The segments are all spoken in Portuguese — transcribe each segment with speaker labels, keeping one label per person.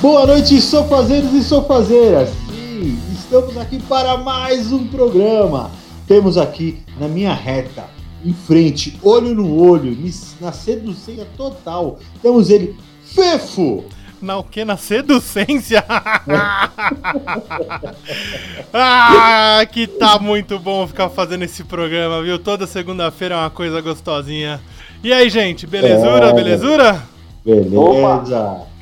Speaker 1: Boa noite, sofazeiros e sofazeiras. Sim, estamos aqui para mais um programa. Temos aqui na minha reta, em frente, olho no olho, na seducência total. Temos ele, Fefo.
Speaker 2: Na o que? Na seducência? ah, que tá muito bom ficar fazendo esse programa, viu? Toda segunda-feira é uma coisa gostosinha. E aí, gente, belezura,
Speaker 1: É.
Speaker 2: belezura?
Speaker 1: Beleza.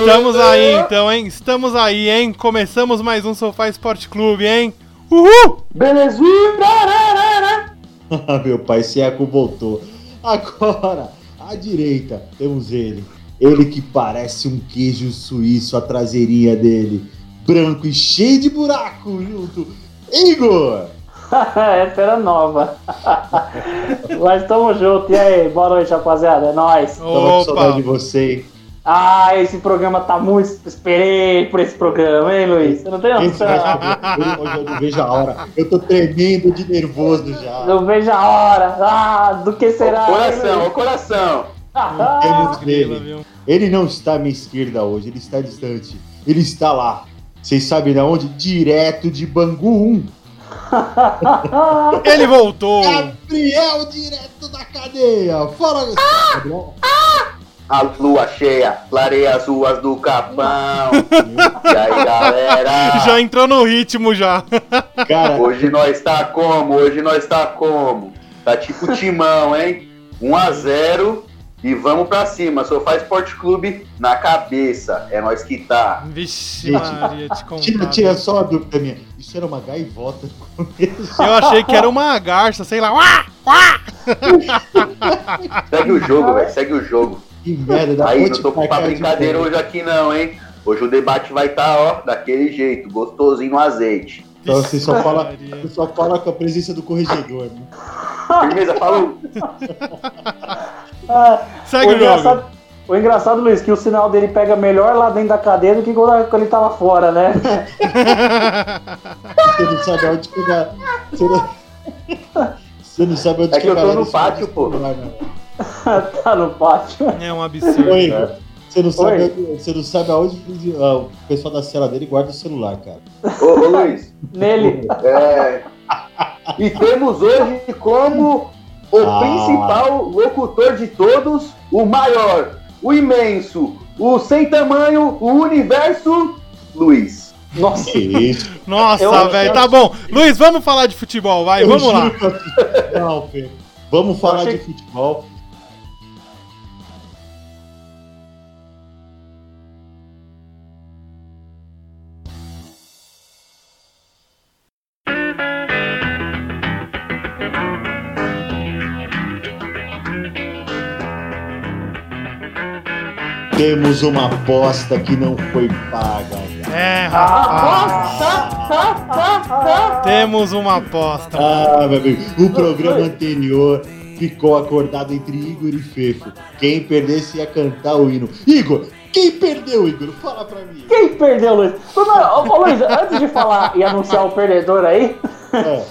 Speaker 2: Estamos aí então, hein? Estamos aí, hein? Começamos mais um Sofá Esporte Clube, hein? Uhul!
Speaker 3: Belezura!
Speaker 1: Ah, Meu pai, Seco voltou. Agora, à direita, temos ele. Ele que parece um queijo suíço, a traseirinha dele. Branco e cheio de buraco junto. Igor!
Speaker 3: Essa era nova. Mas tamo junto. E aí, boa noite, rapaziada. É nóis.
Speaker 1: Tava com saudade
Speaker 2: Opa!
Speaker 1: de você. hein?
Speaker 3: Ah, esse programa tá muito. Esperei por esse programa, hein, Luiz? Você não tem
Speaker 1: Quem
Speaker 3: noção.
Speaker 1: sabe? Eu, hoje eu não vejo a hora. Eu tô tremendo de nervoso já.
Speaker 3: Não vejo a hora. Ah, do que será? hein,
Speaker 4: Coração,
Speaker 3: Luiz?
Speaker 4: o coração.
Speaker 1: Temos
Speaker 2: Tranquila,
Speaker 1: dele.
Speaker 2: viu?
Speaker 1: Ele não está à minha esquerda hoje, ele está distante. Ele está lá. Vocês sabem de onde? Direto de Bangu 1.
Speaker 2: Ele voltou!
Speaker 1: Gabriel, direto da cadeia. Fala, Gabriel.
Speaker 4: Ah! A lua cheia, clareia as ruas do capão. E aí, galera?
Speaker 2: Já entrou no ritmo já.
Speaker 1: Cara,
Speaker 4: Hoje nós tá como? Hoje nós tá como? Tá tipo timão, hein? 1 a 0 e vamos pra cima. Sofá Esporte Clube na cabeça. É nós que tá.
Speaker 2: Vixe,
Speaker 1: Gente,
Speaker 2: Maria, te
Speaker 1: tira,
Speaker 2: contar.
Speaker 1: tira só a dúvida minha. Isso era uma gaivota no começo.
Speaker 2: Eu achei que era uma garça, sei lá. Uá!
Speaker 4: Segue o jogo, velho. Segue o jogo.
Speaker 1: Que merda, da
Speaker 4: Aí,
Speaker 1: ponte
Speaker 4: não tô
Speaker 1: pra
Speaker 4: pra
Speaker 1: cá de
Speaker 4: brincadeira
Speaker 1: frente.
Speaker 4: hoje aqui não, hein? Hoje o debate vai tá, ó, daquele jeito, gostosinho no azeite.
Speaker 1: Então você só
Speaker 2: Vixe,
Speaker 1: fala-
Speaker 2: Maria.
Speaker 1: Eu só falo com a presença do corregedor. Né?
Speaker 4: Firmeza, falou.
Speaker 3: Ah,
Speaker 2: Segue o jogo.
Speaker 3: o engraçado, Luiz, que o sinal dele pega melhor lá dentro da cadeia do que quando ele tava fora, né?
Speaker 1: Você não sabe onde pegar. Você não, você não sabe onde
Speaker 4: É que eu tô
Speaker 1: pegar,
Speaker 4: no
Speaker 1: ele só
Speaker 4: pátio,
Speaker 1: diz
Speaker 4: pô.
Speaker 1: que não vai, não.
Speaker 3: tá no pátio.
Speaker 2: É um absurdo.
Speaker 1: Ô, Igor,
Speaker 4: É.
Speaker 1: Você não, sabe
Speaker 3: Oi.
Speaker 1: onde, você não sabe aonde ah, o pessoal da cela dele guarda o celular, cara.
Speaker 4: Ô, ô Luiz.
Speaker 3: Nele.
Speaker 4: É. E temos hoje como o
Speaker 1: Ah.
Speaker 4: principal locutor de todos, o maior, o imenso, o sem tamanho, o universo, Luiz.
Speaker 3: Nossa.
Speaker 1: Que isso?
Speaker 2: Nossa,
Speaker 3: Eu-
Speaker 2: velho, tá bom. Luiz, vamos falar de futebol, vai,
Speaker 1: Eu
Speaker 2: vamos
Speaker 1: juro
Speaker 2: lá.
Speaker 1: que eu- Não, Fê. Vamos falar
Speaker 3: achei-
Speaker 1: de futebol. Temos uma aposta que não foi paga.
Speaker 2: É, rapaz.
Speaker 3: tá
Speaker 2: Temos uma aposta.
Speaker 1: Ah, meu amigo, o programa anterior ficou acordado entre Igor e Fefo. Quem perdesse ia cantar o hino. Igor, quem perdeu, Igor? Fala pra mim.
Speaker 3: Quem perdeu, Luiz? Ô, mano, ô, ô, Luiz, antes de falar e anunciar o perdedor aí,
Speaker 1: É,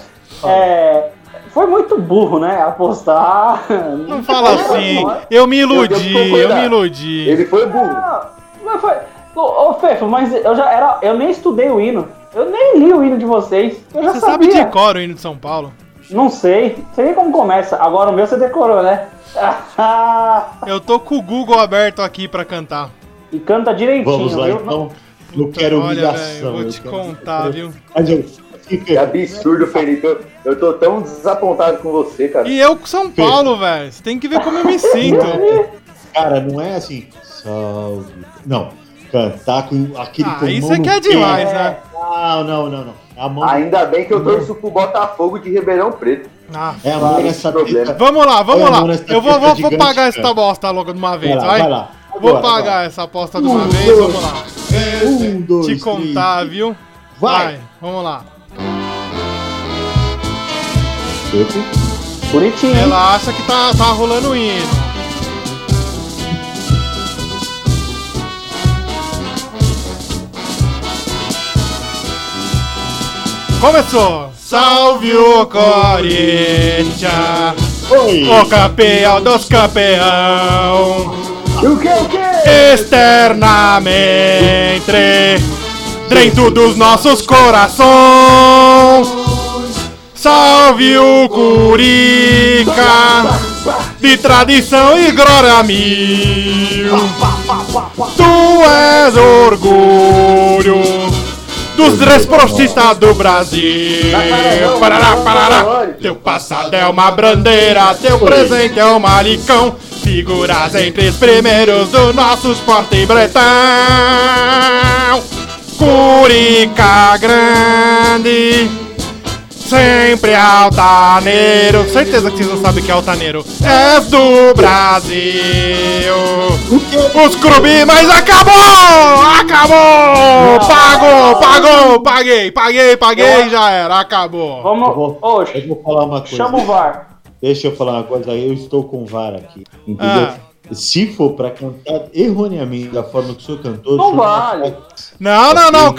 Speaker 3: é, foi muito burro, né? Apostar.
Speaker 2: Não fala assim. Eu me iludi, eu me iludi.
Speaker 4: Ele foi burro.
Speaker 3: Não, mas foi. Ô, ô, Fefo, mas eu já era. Eu nem estudei o hino. Eu nem li o hino de vocês. Eu já
Speaker 2: Você sabe
Speaker 3: sabia.
Speaker 2: de cor o hino de São Paulo?
Speaker 3: Não sei. Não sei nem como começa. Agora o meu você decorou, né?
Speaker 2: Eu tô com o Google aberto aqui pra cantar.
Speaker 3: e canta direitinho,
Speaker 1: vamos lá
Speaker 3: viu?
Speaker 1: então. Não quero
Speaker 2: Olha, velho,
Speaker 1: humilhação.
Speaker 2: eu vou
Speaker 1: eu
Speaker 2: te
Speaker 1: quero-
Speaker 2: contar, viu?
Speaker 1: Mas eu- assim,
Speaker 4: Que
Speaker 1: Fefo,
Speaker 4: absurdo, Felipe. Eu, eu tô tão desapontado com você, cara.
Speaker 2: E eu com São Paulo, velho. Você tem que ver como eu me sinto.
Speaker 1: cara, não é assim. Salve. Não. Cantar com aquele
Speaker 2: Ah,
Speaker 1: com a mão
Speaker 2: isso é
Speaker 1: no
Speaker 2: que é
Speaker 1: pé.
Speaker 2: demais, né?
Speaker 1: Não, não, não, não. A mão
Speaker 4: Ainda bem que eu torço pro Botafogo de Ribeirão Preto.
Speaker 2: Ah,
Speaker 1: é a mão nessa
Speaker 4: problema.
Speaker 1: teta.
Speaker 2: Vamos lá, vamos
Speaker 1: Olha,
Speaker 2: lá.
Speaker 1: mano, essa
Speaker 2: Eu vou,
Speaker 1: fita
Speaker 2: vou, vou
Speaker 1: gigante,
Speaker 2: pagar
Speaker 1: cara.
Speaker 2: essa bosta logo de uma
Speaker 1: Vai
Speaker 2: vez,
Speaker 1: lá,
Speaker 2: vai?
Speaker 1: vai lá.
Speaker 2: Vou
Speaker 1: Agora, vai.
Speaker 2: pagar essa aposta de uma
Speaker 1: Um,
Speaker 2: vez,
Speaker 1: dois,
Speaker 2: vamos lá.
Speaker 1: Um, dois,
Speaker 2: Te
Speaker 1: três.
Speaker 2: contar, viu?
Speaker 1: Vai.
Speaker 2: vamos lá.
Speaker 1: Fefo.
Speaker 3: Bonitinho. hein?
Speaker 2: Ela acha que tá, tá rolando o hino. Começou! Salve o Corinthians,
Speaker 1: Oi.
Speaker 2: o campeão dos campeão.
Speaker 4: E o que, o que?
Speaker 2: Externamente, dentro dos nossos corações. Salve o Curica, de tradição e glória mil. Tu és orgulho dos transportistas do Brasil. Parará, parará. Teu passado é uma bandeira, teu presente é um malicão. Figuras entre os primeiros do nosso esporte bretão. Curica grande. Sempre altaneiro, certeza que vocês não sabem o que é altaneiro. És do Brasil.
Speaker 1: O que é
Speaker 2: Os clubes, mas acabou! Acabou! Pagou, pagou, paguei, paguei, paguei, já era, acabou.
Speaker 1: Eu vou-
Speaker 3: Vamos. Oxe,
Speaker 1: Eu vou falar uma coisa.
Speaker 3: chama o VAR.
Speaker 1: Deixa eu falar uma coisa. Eu estou com o VAR aqui. Entendeu?
Speaker 2: Ah.
Speaker 1: Se for pra cantar erroneamente da forma que o senhor cantou,
Speaker 3: Não
Speaker 1: o senhor
Speaker 3: vale.
Speaker 2: Não, não, não,
Speaker 1: Vamos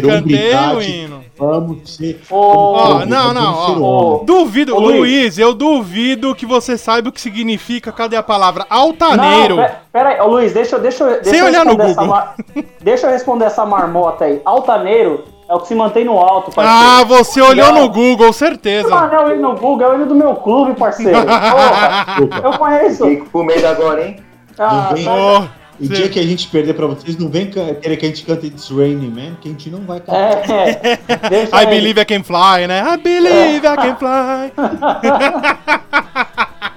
Speaker 1: ter
Speaker 2: cantei o
Speaker 1: hombridade.
Speaker 2: hino.
Speaker 1: Vamos ser. um
Speaker 3: Ô,
Speaker 2: Ó, não, não,
Speaker 1: Vamos ser um
Speaker 3: ó.
Speaker 1: homem.
Speaker 2: Duvido,
Speaker 3: Ô,
Speaker 2: Luiz.
Speaker 3: Luiz.
Speaker 2: eu duvido que você saiba o que significa, cadê a palavra? Altaneiro.
Speaker 3: Não, é, pe- pera aí, ô Luiz, deixa, eu- deixa, eu- deixa eu
Speaker 2: olhar no
Speaker 3: responder essa
Speaker 2: Google.
Speaker 3: mar- Deixa eu responder essa marmota aí. Altaneiro é o que se mantém no alto,
Speaker 2: ah,
Speaker 3: parceiro.
Speaker 2: você olhou
Speaker 3: Não.
Speaker 2: no Google,
Speaker 3: Ah,
Speaker 2: certeza.
Speaker 3: não, eu no Google, é o hino do meu clube, parceiro. Porra,
Speaker 1: Desculpa.
Speaker 3: eu conheço.
Speaker 4: Fico com medo agora, hein?
Speaker 3: Ah,
Speaker 1: vem.
Speaker 3: mas-
Speaker 2: Ô,
Speaker 1: O
Speaker 2: Sim.
Speaker 1: dia que a gente perder pra vocês, não vem ca- querer que a gente cante It's Raining Man, que a gente não vai cantar.
Speaker 3: é, deixa
Speaker 2: I
Speaker 3: aí.
Speaker 2: believe I can fly, né? I believe I can fly.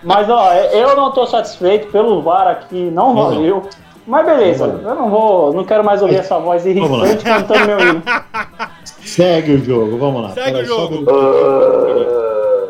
Speaker 3: Mas ó, eu não tô satisfeito pelo VAR aqui, não
Speaker 1: Não.
Speaker 3: valeu. Mas beleza,
Speaker 1: Não valeu.
Speaker 3: eu não vou, não quero mais ouvir essa voz
Speaker 1: Vamos lá.
Speaker 3: irritante cantando meu hino. É.
Speaker 1: Segue o jogo, vamos lá.
Speaker 2: Segue o
Speaker 1: só
Speaker 2: jogo.
Speaker 1: um
Speaker 4: Ah,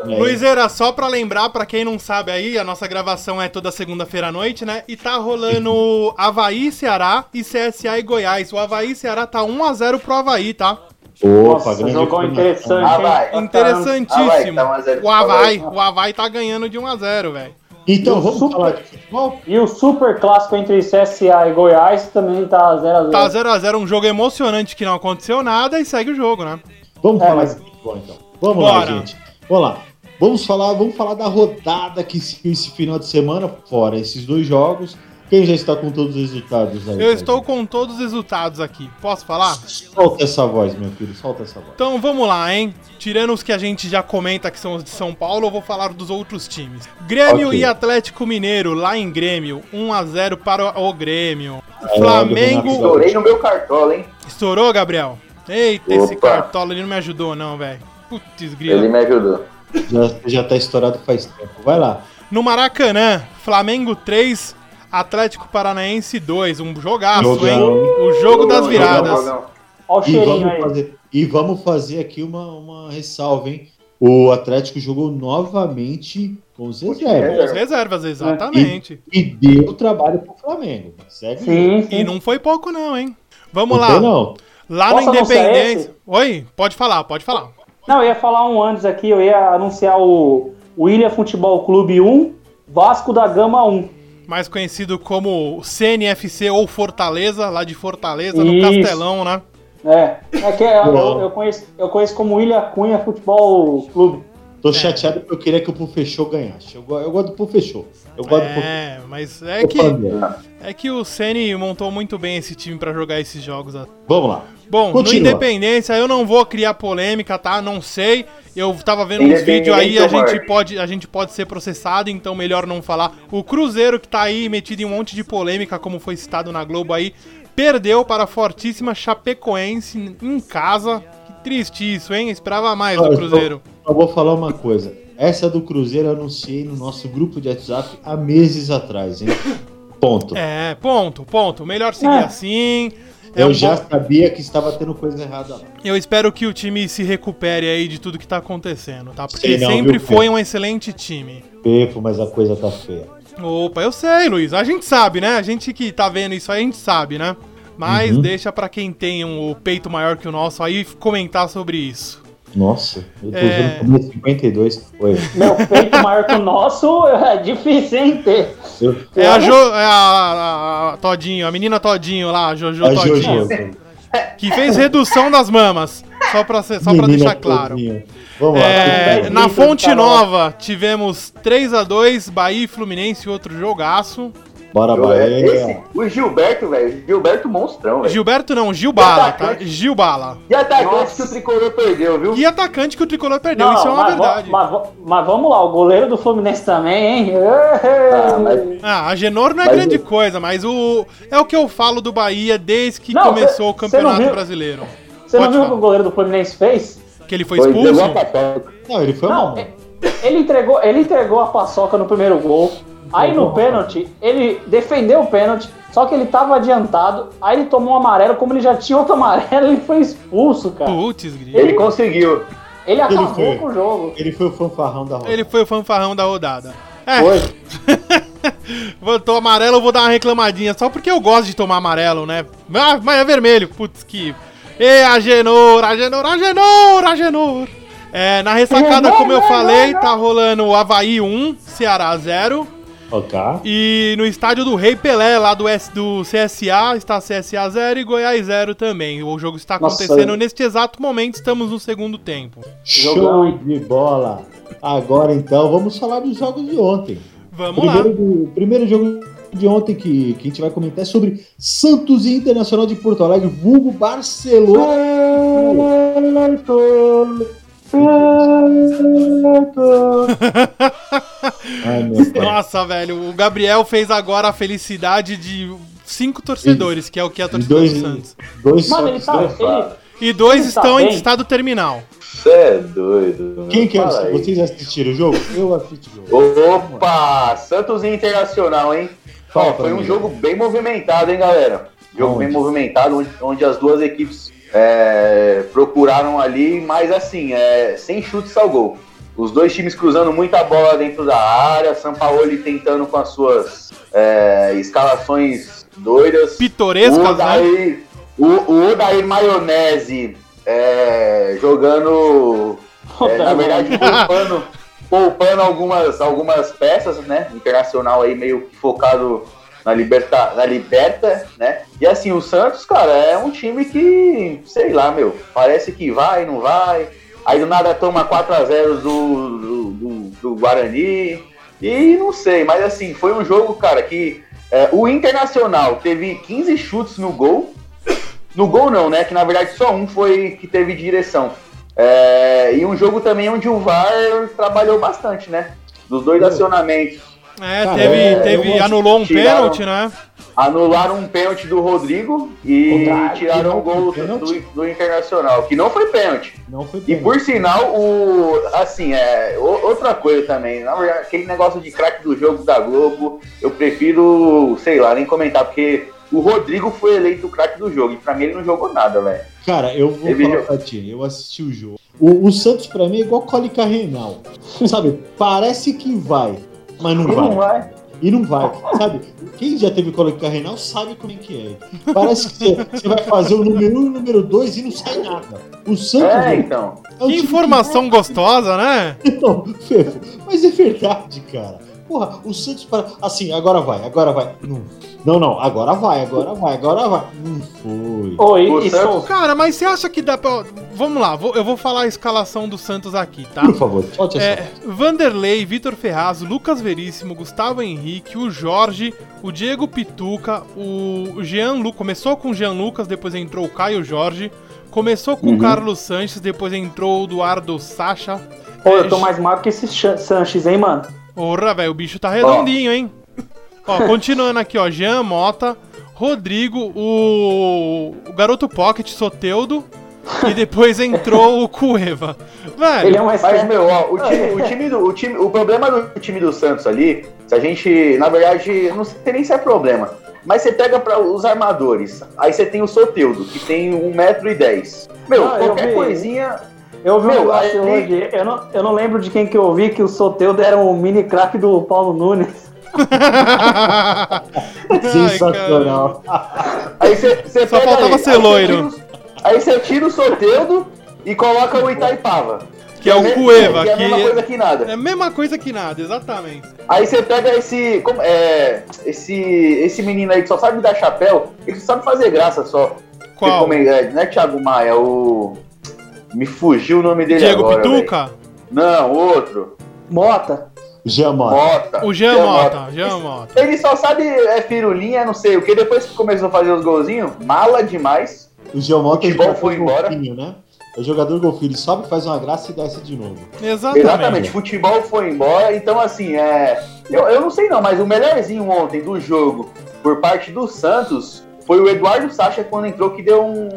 Speaker 1: minutinho.
Speaker 2: Luiz era só pra lembrar, pra quem não sabe aí, a nossa gravação é toda segunda-feira à noite, né? E tá rolando Havaí, Ceará e CSA e Goiás. O Havaí, Ceará tá 1x0 pro Havaí, tá?
Speaker 1: Opa,
Speaker 3: Nossa,
Speaker 1: grande
Speaker 3: jogão
Speaker 1: afirmação.
Speaker 3: é interessante, hein?
Speaker 4: Ah, vai.
Speaker 3: Pra caramba.
Speaker 4: Havaí,
Speaker 2: Interessantíssimo.
Speaker 4: tá 1 a 0
Speaker 2: O Havaí, o Havaí tá ganhando de 1x0, velho.
Speaker 1: Então, vamos
Speaker 3: Super.
Speaker 1: falar de futebol?
Speaker 3: E o super clássico entre CSA e Goiás também tá 0x0.
Speaker 2: Tá 0x0, um jogo emocionante que não aconteceu nada e segue o jogo, né?
Speaker 1: Vamos
Speaker 3: É,
Speaker 1: falar
Speaker 3: mas-
Speaker 1: de futebol, então. Vamos lá,
Speaker 2: Bora.
Speaker 1: gente. Vamos lá. Vamos falar, vamos falar da rodada que se- que esse final de semana, fora esses dois jogos. Quem já está com todos os resultados aí?
Speaker 2: Eu estou com todos os resultados aqui. Posso falar?
Speaker 1: Solta essa voz, meu filho, solta essa voz.
Speaker 2: Então vamos lá, hein? Tirando os que a gente já comenta que são os de São Paulo, eu vou falar dos outros times. Grêmio
Speaker 1: Ok.
Speaker 2: e Atlético Mineiro, lá em Grêmio, 1 a 0 para o Grêmio.
Speaker 1: É, do
Speaker 2: Flamengo.
Speaker 1: Renato.
Speaker 4: Estourei no meu cartola, hein?
Speaker 2: Estourou, Gabriel? Eita, esse
Speaker 4: Opa.
Speaker 2: cartola, ele não me ajudou, não, velho. Putz, grilo.
Speaker 4: Ele me ajudou.
Speaker 1: Já, já tá estourado faz tempo. Vai lá.
Speaker 2: No Maracanã, Flamengo 3, Atlético Paranaense 2. Um jogaço,
Speaker 1: Jogão.
Speaker 2: hein? O jogo das
Speaker 4: Jogão,
Speaker 2: viradas.
Speaker 4: jogão, jogão.
Speaker 3: Ó o
Speaker 1: E
Speaker 3: Tá cheirinho
Speaker 1: vamos,
Speaker 3: aí.
Speaker 1: fazer, e vamos fazer aqui uma, uma ressalva, hein? O Atlético jogou novamente com os reservas.
Speaker 2: Com as reservas, exatamente.
Speaker 1: E deu trabalho pro Flamengo. Segue.
Speaker 3: Sim, sim.
Speaker 2: E não foi pouco, não, hein? Vamos
Speaker 1: Não
Speaker 2: lá.
Speaker 1: tem, Não.
Speaker 2: Lá
Speaker 3: Posso
Speaker 2: no
Speaker 3: anunciar
Speaker 2: Independência. Oi, pode falar, pode falar.
Speaker 3: Não, eu ia falar um antes aqui, eu ia anunciar o o William Futebol Clube 1, Vasco da Gama 1.
Speaker 2: Mais conhecido como CNFC ou Fortaleza, lá de Fortaleza, no
Speaker 3: Isso.
Speaker 2: Castelão, né?
Speaker 3: É, é que eu,
Speaker 1: Boa.
Speaker 3: eu conheço, eu conheço como William Cunha Futebol Clube.
Speaker 1: Tô chateado porque eu queria que o Pufechou ganhasse. Eu, go- eu gosto do Pufechou. Eu gosto do Pufechou.
Speaker 2: É, mas é que,
Speaker 4: Ah.
Speaker 2: é que o Ceni montou muito bem esse time pra jogar esses jogos. né?
Speaker 1: Vamos lá.
Speaker 2: Bom, no
Speaker 1: Continua.
Speaker 2: Independência eu não vou criar polêmica, tá? Não sei. Eu tava vendo uns
Speaker 4: Independente
Speaker 2: vídeos aí,
Speaker 4: ou
Speaker 2: a gente,
Speaker 4: morte.
Speaker 2: pode, a gente pode ser processado, então melhor não falar. O Cruzeiro, que tá aí metido em um monte de polêmica, como foi citado na Globo aí, perdeu para a fortíssima Chapecoense em casa. Que triste isso, hein? Esperava mais
Speaker 1: Ah,
Speaker 2: do
Speaker 1: eu
Speaker 2: Cruzeiro.
Speaker 1: Só vou falar uma coisa. Essa do Cruzeiro eu anunciei no nosso grupo de WhatsApp há meses atrás, hein? Ponto.
Speaker 2: É, ponto, ponto. Melhor seguir
Speaker 3: É.
Speaker 2: assim.
Speaker 1: Ah.
Speaker 2: É
Speaker 1: eu
Speaker 2: um
Speaker 1: já
Speaker 2: bom-
Speaker 1: sabia que estava tendo coisa errada lá.
Speaker 2: Eu espero que o time se recupere aí de tudo que tá acontecendo, tá? Porque
Speaker 1: Sei não,
Speaker 2: sempre
Speaker 1: viu, Fê?
Speaker 2: foi um excelente time.
Speaker 1: Pepo, mas a coisa tá feia.
Speaker 2: Opa, eu sei, Luiz. A gente sabe, né? A gente que tá vendo isso aí, a gente sabe, né? Mas
Speaker 1: Uhum.
Speaker 2: deixa pra quem tem um o peito maior que o nosso aí comentar sobre isso.
Speaker 1: Nossa, eu tô usando
Speaker 2: É.
Speaker 1: como 52. Foi.
Speaker 3: Meu peito maior que o nosso, é difícil, hein, ter.
Speaker 1: Eu,
Speaker 2: É a Jo, é a, a- a Todinho, a menina Todinho lá, a Jojo
Speaker 1: a
Speaker 2: Todinho,
Speaker 1: Jojo.
Speaker 2: É que fez redução das mamas. Só pra, ser, só pra
Speaker 1: Menina
Speaker 2: deixar claro.
Speaker 1: Todinho. Vamos lá.
Speaker 2: É,
Speaker 1: Todinho.
Speaker 2: na
Speaker 3: Vitor
Speaker 2: Fonte
Speaker 3: Carol.
Speaker 2: Nova tivemos 3 a 2 Bahia e Fluminense, outro jogaço.
Speaker 1: Bora,
Speaker 4: É, esse,
Speaker 1: Bahia.
Speaker 4: o Gilberto, velho. Gilberto monstrão, velho.
Speaker 2: Gilberto não, Gilbala, tá?
Speaker 4: Atacante.
Speaker 2: Gilbala.
Speaker 4: E atacante
Speaker 3: Nossa.
Speaker 4: que o tricolor perdeu, viu?
Speaker 2: E atacante que o tricolor perdeu,
Speaker 3: Não,
Speaker 2: isso é uma
Speaker 3: mas vo-
Speaker 2: verdade.
Speaker 3: Mas, vo- mas vamos lá, o goleiro do Fluminense também, hein?
Speaker 4: Ah, mas-
Speaker 2: Ah, a Genor não é
Speaker 4: Mas
Speaker 2: grande
Speaker 4: o-
Speaker 2: coisa, mas o é o que eu falo do Bahia desde que
Speaker 3: Não,
Speaker 2: começou
Speaker 3: cê-
Speaker 2: o Campeonato
Speaker 3: cê não viu?
Speaker 2: Brasileiro.
Speaker 3: Você não
Speaker 2: Pode
Speaker 3: viu o
Speaker 2: falar.
Speaker 3: que o goleiro do Fluminense fez?
Speaker 2: Que ele foi
Speaker 4: Foi
Speaker 2: expulso.
Speaker 4: deu uma paçoca.
Speaker 1: Não, ele foi um
Speaker 3: Não, é-
Speaker 1: mal.
Speaker 3: e- ele entregou, ele entregou a paçoca no primeiro gol. Aí no pênalti, ele defendeu o pênalti, só que ele tava adiantado, aí ele tomou um amarelo, como ele já tinha outro amarelo, ele foi expulso, cara.
Speaker 2: Putz, grilo.
Speaker 4: Ele conseguiu.
Speaker 3: Ele acabou
Speaker 1: foi.
Speaker 3: com o jogo.
Speaker 1: Ele foi o fanfarrão da roda.
Speaker 2: Ele foi o fanfarrão da rodada. É,
Speaker 4: Foi.
Speaker 2: vou- tô amarelo, eu vou dar uma reclamadinha, só porque eu gosto de tomar amarelo, né? Ah, mas é vermelho, putz, que... Ê, Agenor, Agenor, Agenor, Agenor! É, na ressacada, como eu falei, tá rolando o Havaí 1, Ceará 0.
Speaker 1: Ok.
Speaker 2: E no estádio do Rei Pelé, lá do, S, do CSA, está CSA 0 e Goiás 0 também. O jogo está
Speaker 3: Nossa,
Speaker 2: acontecendo
Speaker 3: eu-
Speaker 2: neste exato momento, estamos no segundo tempo.
Speaker 1: Show
Speaker 3: Jogão.
Speaker 1: de bola. Agora então, vamos falar dos jogos de ontem.
Speaker 2: Vamos lá.
Speaker 1: Primeiro, do- primeiro jogo de ontem que, que a gente vai comentar é sobre Santos e Internacional de Porto Alegre, vulgo Barcelona. Ai, meu pai.
Speaker 2: Nossa, velho, o Gabriel fez agora a felicidade de cinco torcedores, que é o que é a torcida
Speaker 1: dois-
Speaker 2: do Santos.
Speaker 1: Dois
Speaker 3: Mano, ele tá.
Speaker 1: dois-
Speaker 3: Ele,
Speaker 2: E dois
Speaker 3: ele tá
Speaker 2: estão em
Speaker 3: bem?
Speaker 2: estado terminal.
Speaker 4: Você é doido. meu.
Speaker 1: Quem que é?
Speaker 4: Fala aí.
Speaker 1: Vocês assistiram o jogo? Eu assisti o jogo.
Speaker 4: Opa! Santos e Internacional, hein? Ó,
Speaker 1: Fala pra
Speaker 4: foi um
Speaker 1: mim.
Speaker 4: jogo bem movimentado, hein, galera? Jogo
Speaker 1: Onde?
Speaker 4: bem movimentado, onde, onde as duas equipes é, procuraram ali, mas assim, é, sem chutes ao gol. Os dois times cruzando muita bola dentro da área, Sampaoli tentando com as suas é, escalações doidas. O
Speaker 2: Pitorescas, né?
Speaker 4: Odair, o, o Odair Maionese é, jogando. é, na verdade, poupando, poupando algumas, algumas peças, né? Internacional aí meio que focado na liberta, na liberta, né? E assim, o Santos, cara, é um time que, sei lá, meu, parece que vai, não vai. Aí do nada toma 4x0 do, do, do- do Guarani. E não sei, mas assim, foi um jogo, cara, que é, o Internacional teve 15 chutes no gol. No gol não, né? Que na verdade só um foi que teve direção. É, e um jogo também onde o VAR trabalhou bastante, né? Dos dois acionamentos.
Speaker 2: É,
Speaker 1: Cara,
Speaker 2: teve,
Speaker 1: é,
Speaker 2: teve,
Speaker 1: eu vou-
Speaker 2: anulou um
Speaker 4: tiraram-
Speaker 2: pênalti, né?
Speaker 4: Anularam um pênalti do Rodrigo e
Speaker 1: Contrário,
Speaker 4: tiraram o gol do,
Speaker 1: pênalti?
Speaker 4: do Internacional, que não foi pênalti.
Speaker 1: Não foi
Speaker 4: E
Speaker 1: pênalti.
Speaker 4: por sinal, o. Assim, é. o- Outra coisa também. na verdade, aquele negócio de craque do jogo da Globo, eu prefiro, sei lá, nem comentar, porque o Rodrigo foi eleito o craque do jogo. E pra mim ele não jogou nada, velho.
Speaker 1: Cara, eu vou
Speaker 4: Teve
Speaker 1: falar
Speaker 4: jogo.
Speaker 1: pra ti, eu assisti o jogo. O, o Santos pra mim é igual cólica renal. Sabe, parece que vai, mas não
Speaker 4: Ele
Speaker 1: vai.
Speaker 4: não vai.
Speaker 1: E não vai, sabe? Quem já teve cólica renal sabe como é que é. Parece que você- você vai fazer o número 1 um, e o número 2 e não sai nada. O Santos
Speaker 4: É,
Speaker 1: velho,
Speaker 4: então.
Speaker 1: é um
Speaker 2: Que
Speaker 1: time
Speaker 2: informação gostosa, né?
Speaker 1: Não, Fefo, mas é verdade, cara. Porra, o Santos para. Assim, agora vai, agora vai. Não, não, não, agora vai, agora vai, agora vai. Não foi.
Speaker 3: Oi,
Speaker 4: O
Speaker 3: e
Speaker 4: Santos-
Speaker 3: sou-
Speaker 2: Cara, mas você acha que dá pra. Vamos lá, vou- eu vou falar a escalação do Santos aqui, tá?
Speaker 1: Por favor, solte essa.
Speaker 2: É, Vanderlei, Vitor Ferraz, Lucas Veríssimo, Gustavo Henrique, o Jorge, o Diego Pituca, o Jean Lucas. Começou com o Jean Lucas, depois entrou o Caio Jorge. Começou
Speaker 3: Uhum.
Speaker 2: com o Carlos Sanches, depois entrou o Eduardo Sacha.
Speaker 3: Pô,
Speaker 4: é
Speaker 3: eu tô mais magro que esse Chan- Sanches, hein, mano?
Speaker 2: Porra, velho, o bicho tá redondinho, hein? Ó, continuando aqui, ó. Jean Mota, Rodrigo, o, o garoto Pocket, Soteudo. E depois entrou o Cueva. Velho,
Speaker 3: Ele é um
Speaker 4: Mas,
Speaker 3: excelente.
Speaker 4: meu, ó, o time, o time do. O, time, o problema do time do Santos ali, se a gente. Na verdade, não sei nem se é problema. Mas você pega para os armadores. Aí você tem o Soteudo, que tem 1,10m. Meu,
Speaker 3: Ah, eu
Speaker 4: qualquer
Speaker 3: vi.
Speaker 4: coisinha.
Speaker 3: Eu vi um
Speaker 4: Meu,
Speaker 3: negócio
Speaker 4: aí-
Speaker 3: hoje, eu não, eu não lembro de quem que eu vi que o Soteudo era um mini craque do Paulo Nunes.
Speaker 2: Ai,
Speaker 1: Sensacional.
Speaker 4: Aí você, você
Speaker 2: Só
Speaker 4: pega
Speaker 2: faltava
Speaker 4: ele,
Speaker 2: ser
Speaker 4: aí você
Speaker 2: loiro.
Speaker 4: tira o- Aí você tira o Soteudo e coloca o Itaipava.
Speaker 2: Que é o
Speaker 4: me-
Speaker 2: Cueva,
Speaker 4: Que é a mesma
Speaker 2: que-
Speaker 4: coisa que nada.
Speaker 2: cara. É a mesma coisa que nada, exatamente.
Speaker 4: Aí você pega esse. como- é, esse. Esse menino aí que só sabe dar chapéu, ele só sabe fazer graça só. Que
Speaker 2: Qual?
Speaker 4: come- é, não é Thiago Maia, é o. Me fugiu o nome dele
Speaker 2: Diego
Speaker 4: agora. velho.
Speaker 2: Pituca?
Speaker 4: Não, outro.
Speaker 3: Mota.
Speaker 1: Jean Mota.
Speaker 4: Mota.
Speaker 2: O Jean Mota, Jean Mota.
Speaker 4: Ele só sabe é firulinha, não sei o que. Depois que começou a fazer os golzinhos, mala demais.
Speaker 1: O Jean Mota é
Speaker 4: Futebol
Speaker 1: jogador
Speaker 4: foi embora.
Speaker 1: golfinho, né? É jogador golfinho, ele sobe, faz uma graça e desce de novo.
Speaker 2: Exatamente.
Speaker 4: É, Exatamente, futebol foi embora. Então, assim, é. Eu, eu não sei não, mas o melhorzinho ontem do jogo, por parte do Santos, foi o Eduardo Sacha quando entrou, que deu um.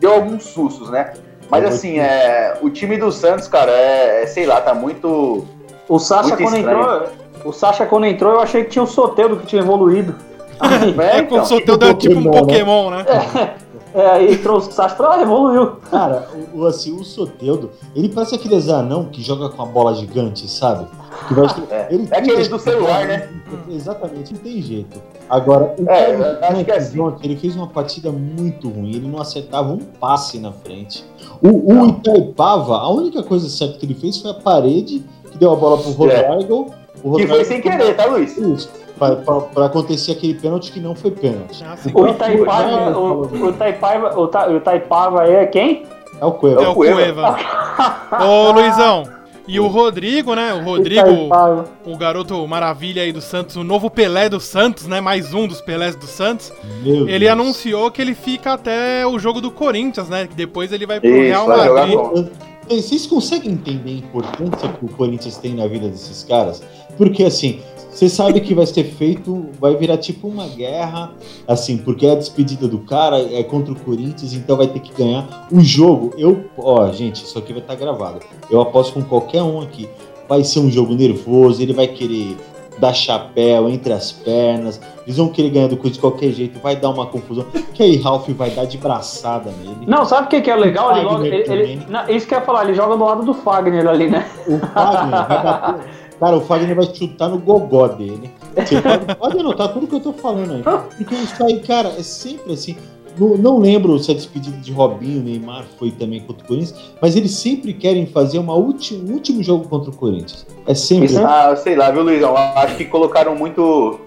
Speaker 4: deu alguns sustos, né? Mas assim, é. O time do Santos, cara, é. é, Sei lá, tá muito.
Speaker 3: O Sacha
Speaker 4: Muito
Speaker 3: quando
Speaker 4: estranho.
Speaker 3: entrou. O Sacha quando entrou, eu achei que tinha o Soteldo que tinha evoluído. Aí,
Speaker 4: É,
Speaker 2: É, como
Speaker 4: então.
Speaker 2: se o teu deu tipo um
Speaker 1: Pokémon,
Speaker 2: Pokémon, né?
Speaker 3: é, aí entrou o Sacha e falou, ah, evoluiu.
Speaker 1: Cara, o, o- assim, o Soteudo, ele parece aqueles anão que joga com a bola gigante, sabe? Que vai...
Speaker 4: É.
Speaker 1: ele
Speaker 4: É aquele
Speaker 1: tira-
Speaker 4: do celular, né?
Speaker 1: Exatamente, não tem jeito. Agora, o
Speaker 4: É,
Speaker 1: Carlos
Speaker 4: eu acho
Speaker 1: Santos
Speaker 4: que é assim.
Speaker 1: ontem, ele fez uma partida muito ruim, ele não acertava um passe na frente. O, o Itaipava, a única coisa certa que ele fez foi a parede, que deu a bola pro
Speaker 4: É.
Speaker 1: Rodrigo. O
Speaker 4: Que
Speaker 1: Rodrigo
Speaker 2: um
Speaker 4: foi sem querer, tá, Luiz?
Speaker 1: Isso, pra, pra- pra acontecer aquele pênalti que não foi pênalti.
Speaker 2: Ah, sim.
Speaker 3: O Itaipava, o, o Itaipava, o, Ta- o Itaipava é quem?
Speaker 1: É o Cueva.
Speaker 2: É o Cueva. Ô, Luizão. E o Rodrigo, né? O Rodrigo,
Speaker 4: tá
Speaker 3: Itaipava.
Speaker 2: o garoto maravilha aí do Santos, o novo Pelé do Santos, né? Mais um dos Pelés do Santos.
Speaker 1: Meu
Speaker 2: Ele
Speaker 1: Deus.
Speaker 2: anunciou que ele fica até o jogo do Corinthians, né? Que depois ele vai pro
Speaker 4: Isso,
Speaker 2: Real
Speaker 4: vai jogar
Speaker 2: Madrid.
Speaker 4: com-
Speaker 1: Vocês vocês conseguem entender a importância que o Corinthians tem na vida desses caras? Porque assim, você sabe que vai ser feito, vai virar tipo uma guerra, assim, porque é a despedida do cara, é contra o Corinthians, então vai ter que ganhar o jogo. Eu, ó, gente, isso aqui vai estar gravado. Eu aposto com qualquer um aqui. Vai ser um jogo nervoso, ele vai querer dar chapéu entre as pernas, eles vão querer ganhar do Corinthians de qualquer jeito, vai dar uma confusão. Que aí Ralph vai dar de braçada nele.
Speaker 3: Não, sabe o que, que é legal? Ele
Speaker 1: Fagner
Speaker 3: joga, ele- ele-
Speaker 1: também.
Speaker 3: não, isso que eu ia falar, ele joga do lado do Fagner ali, né?
Speaker 1: O Fagner vai bater. Cara, o Fagner vai chutar no gogó dele. Você pode, pode anotar tudo que eu tô falando aí. Porque isso aí, cara, é sempre assim. Não, não lembro se a despedida de Robinho, Neymar foi também contra o Corinthians, mas eles sempre querem fazer uma ulti- um último jogo contra o Corinthians. É sempre.
Speaker 4: Isso, ah, sei lá, viu, Luizão? Acho que colocaram muito.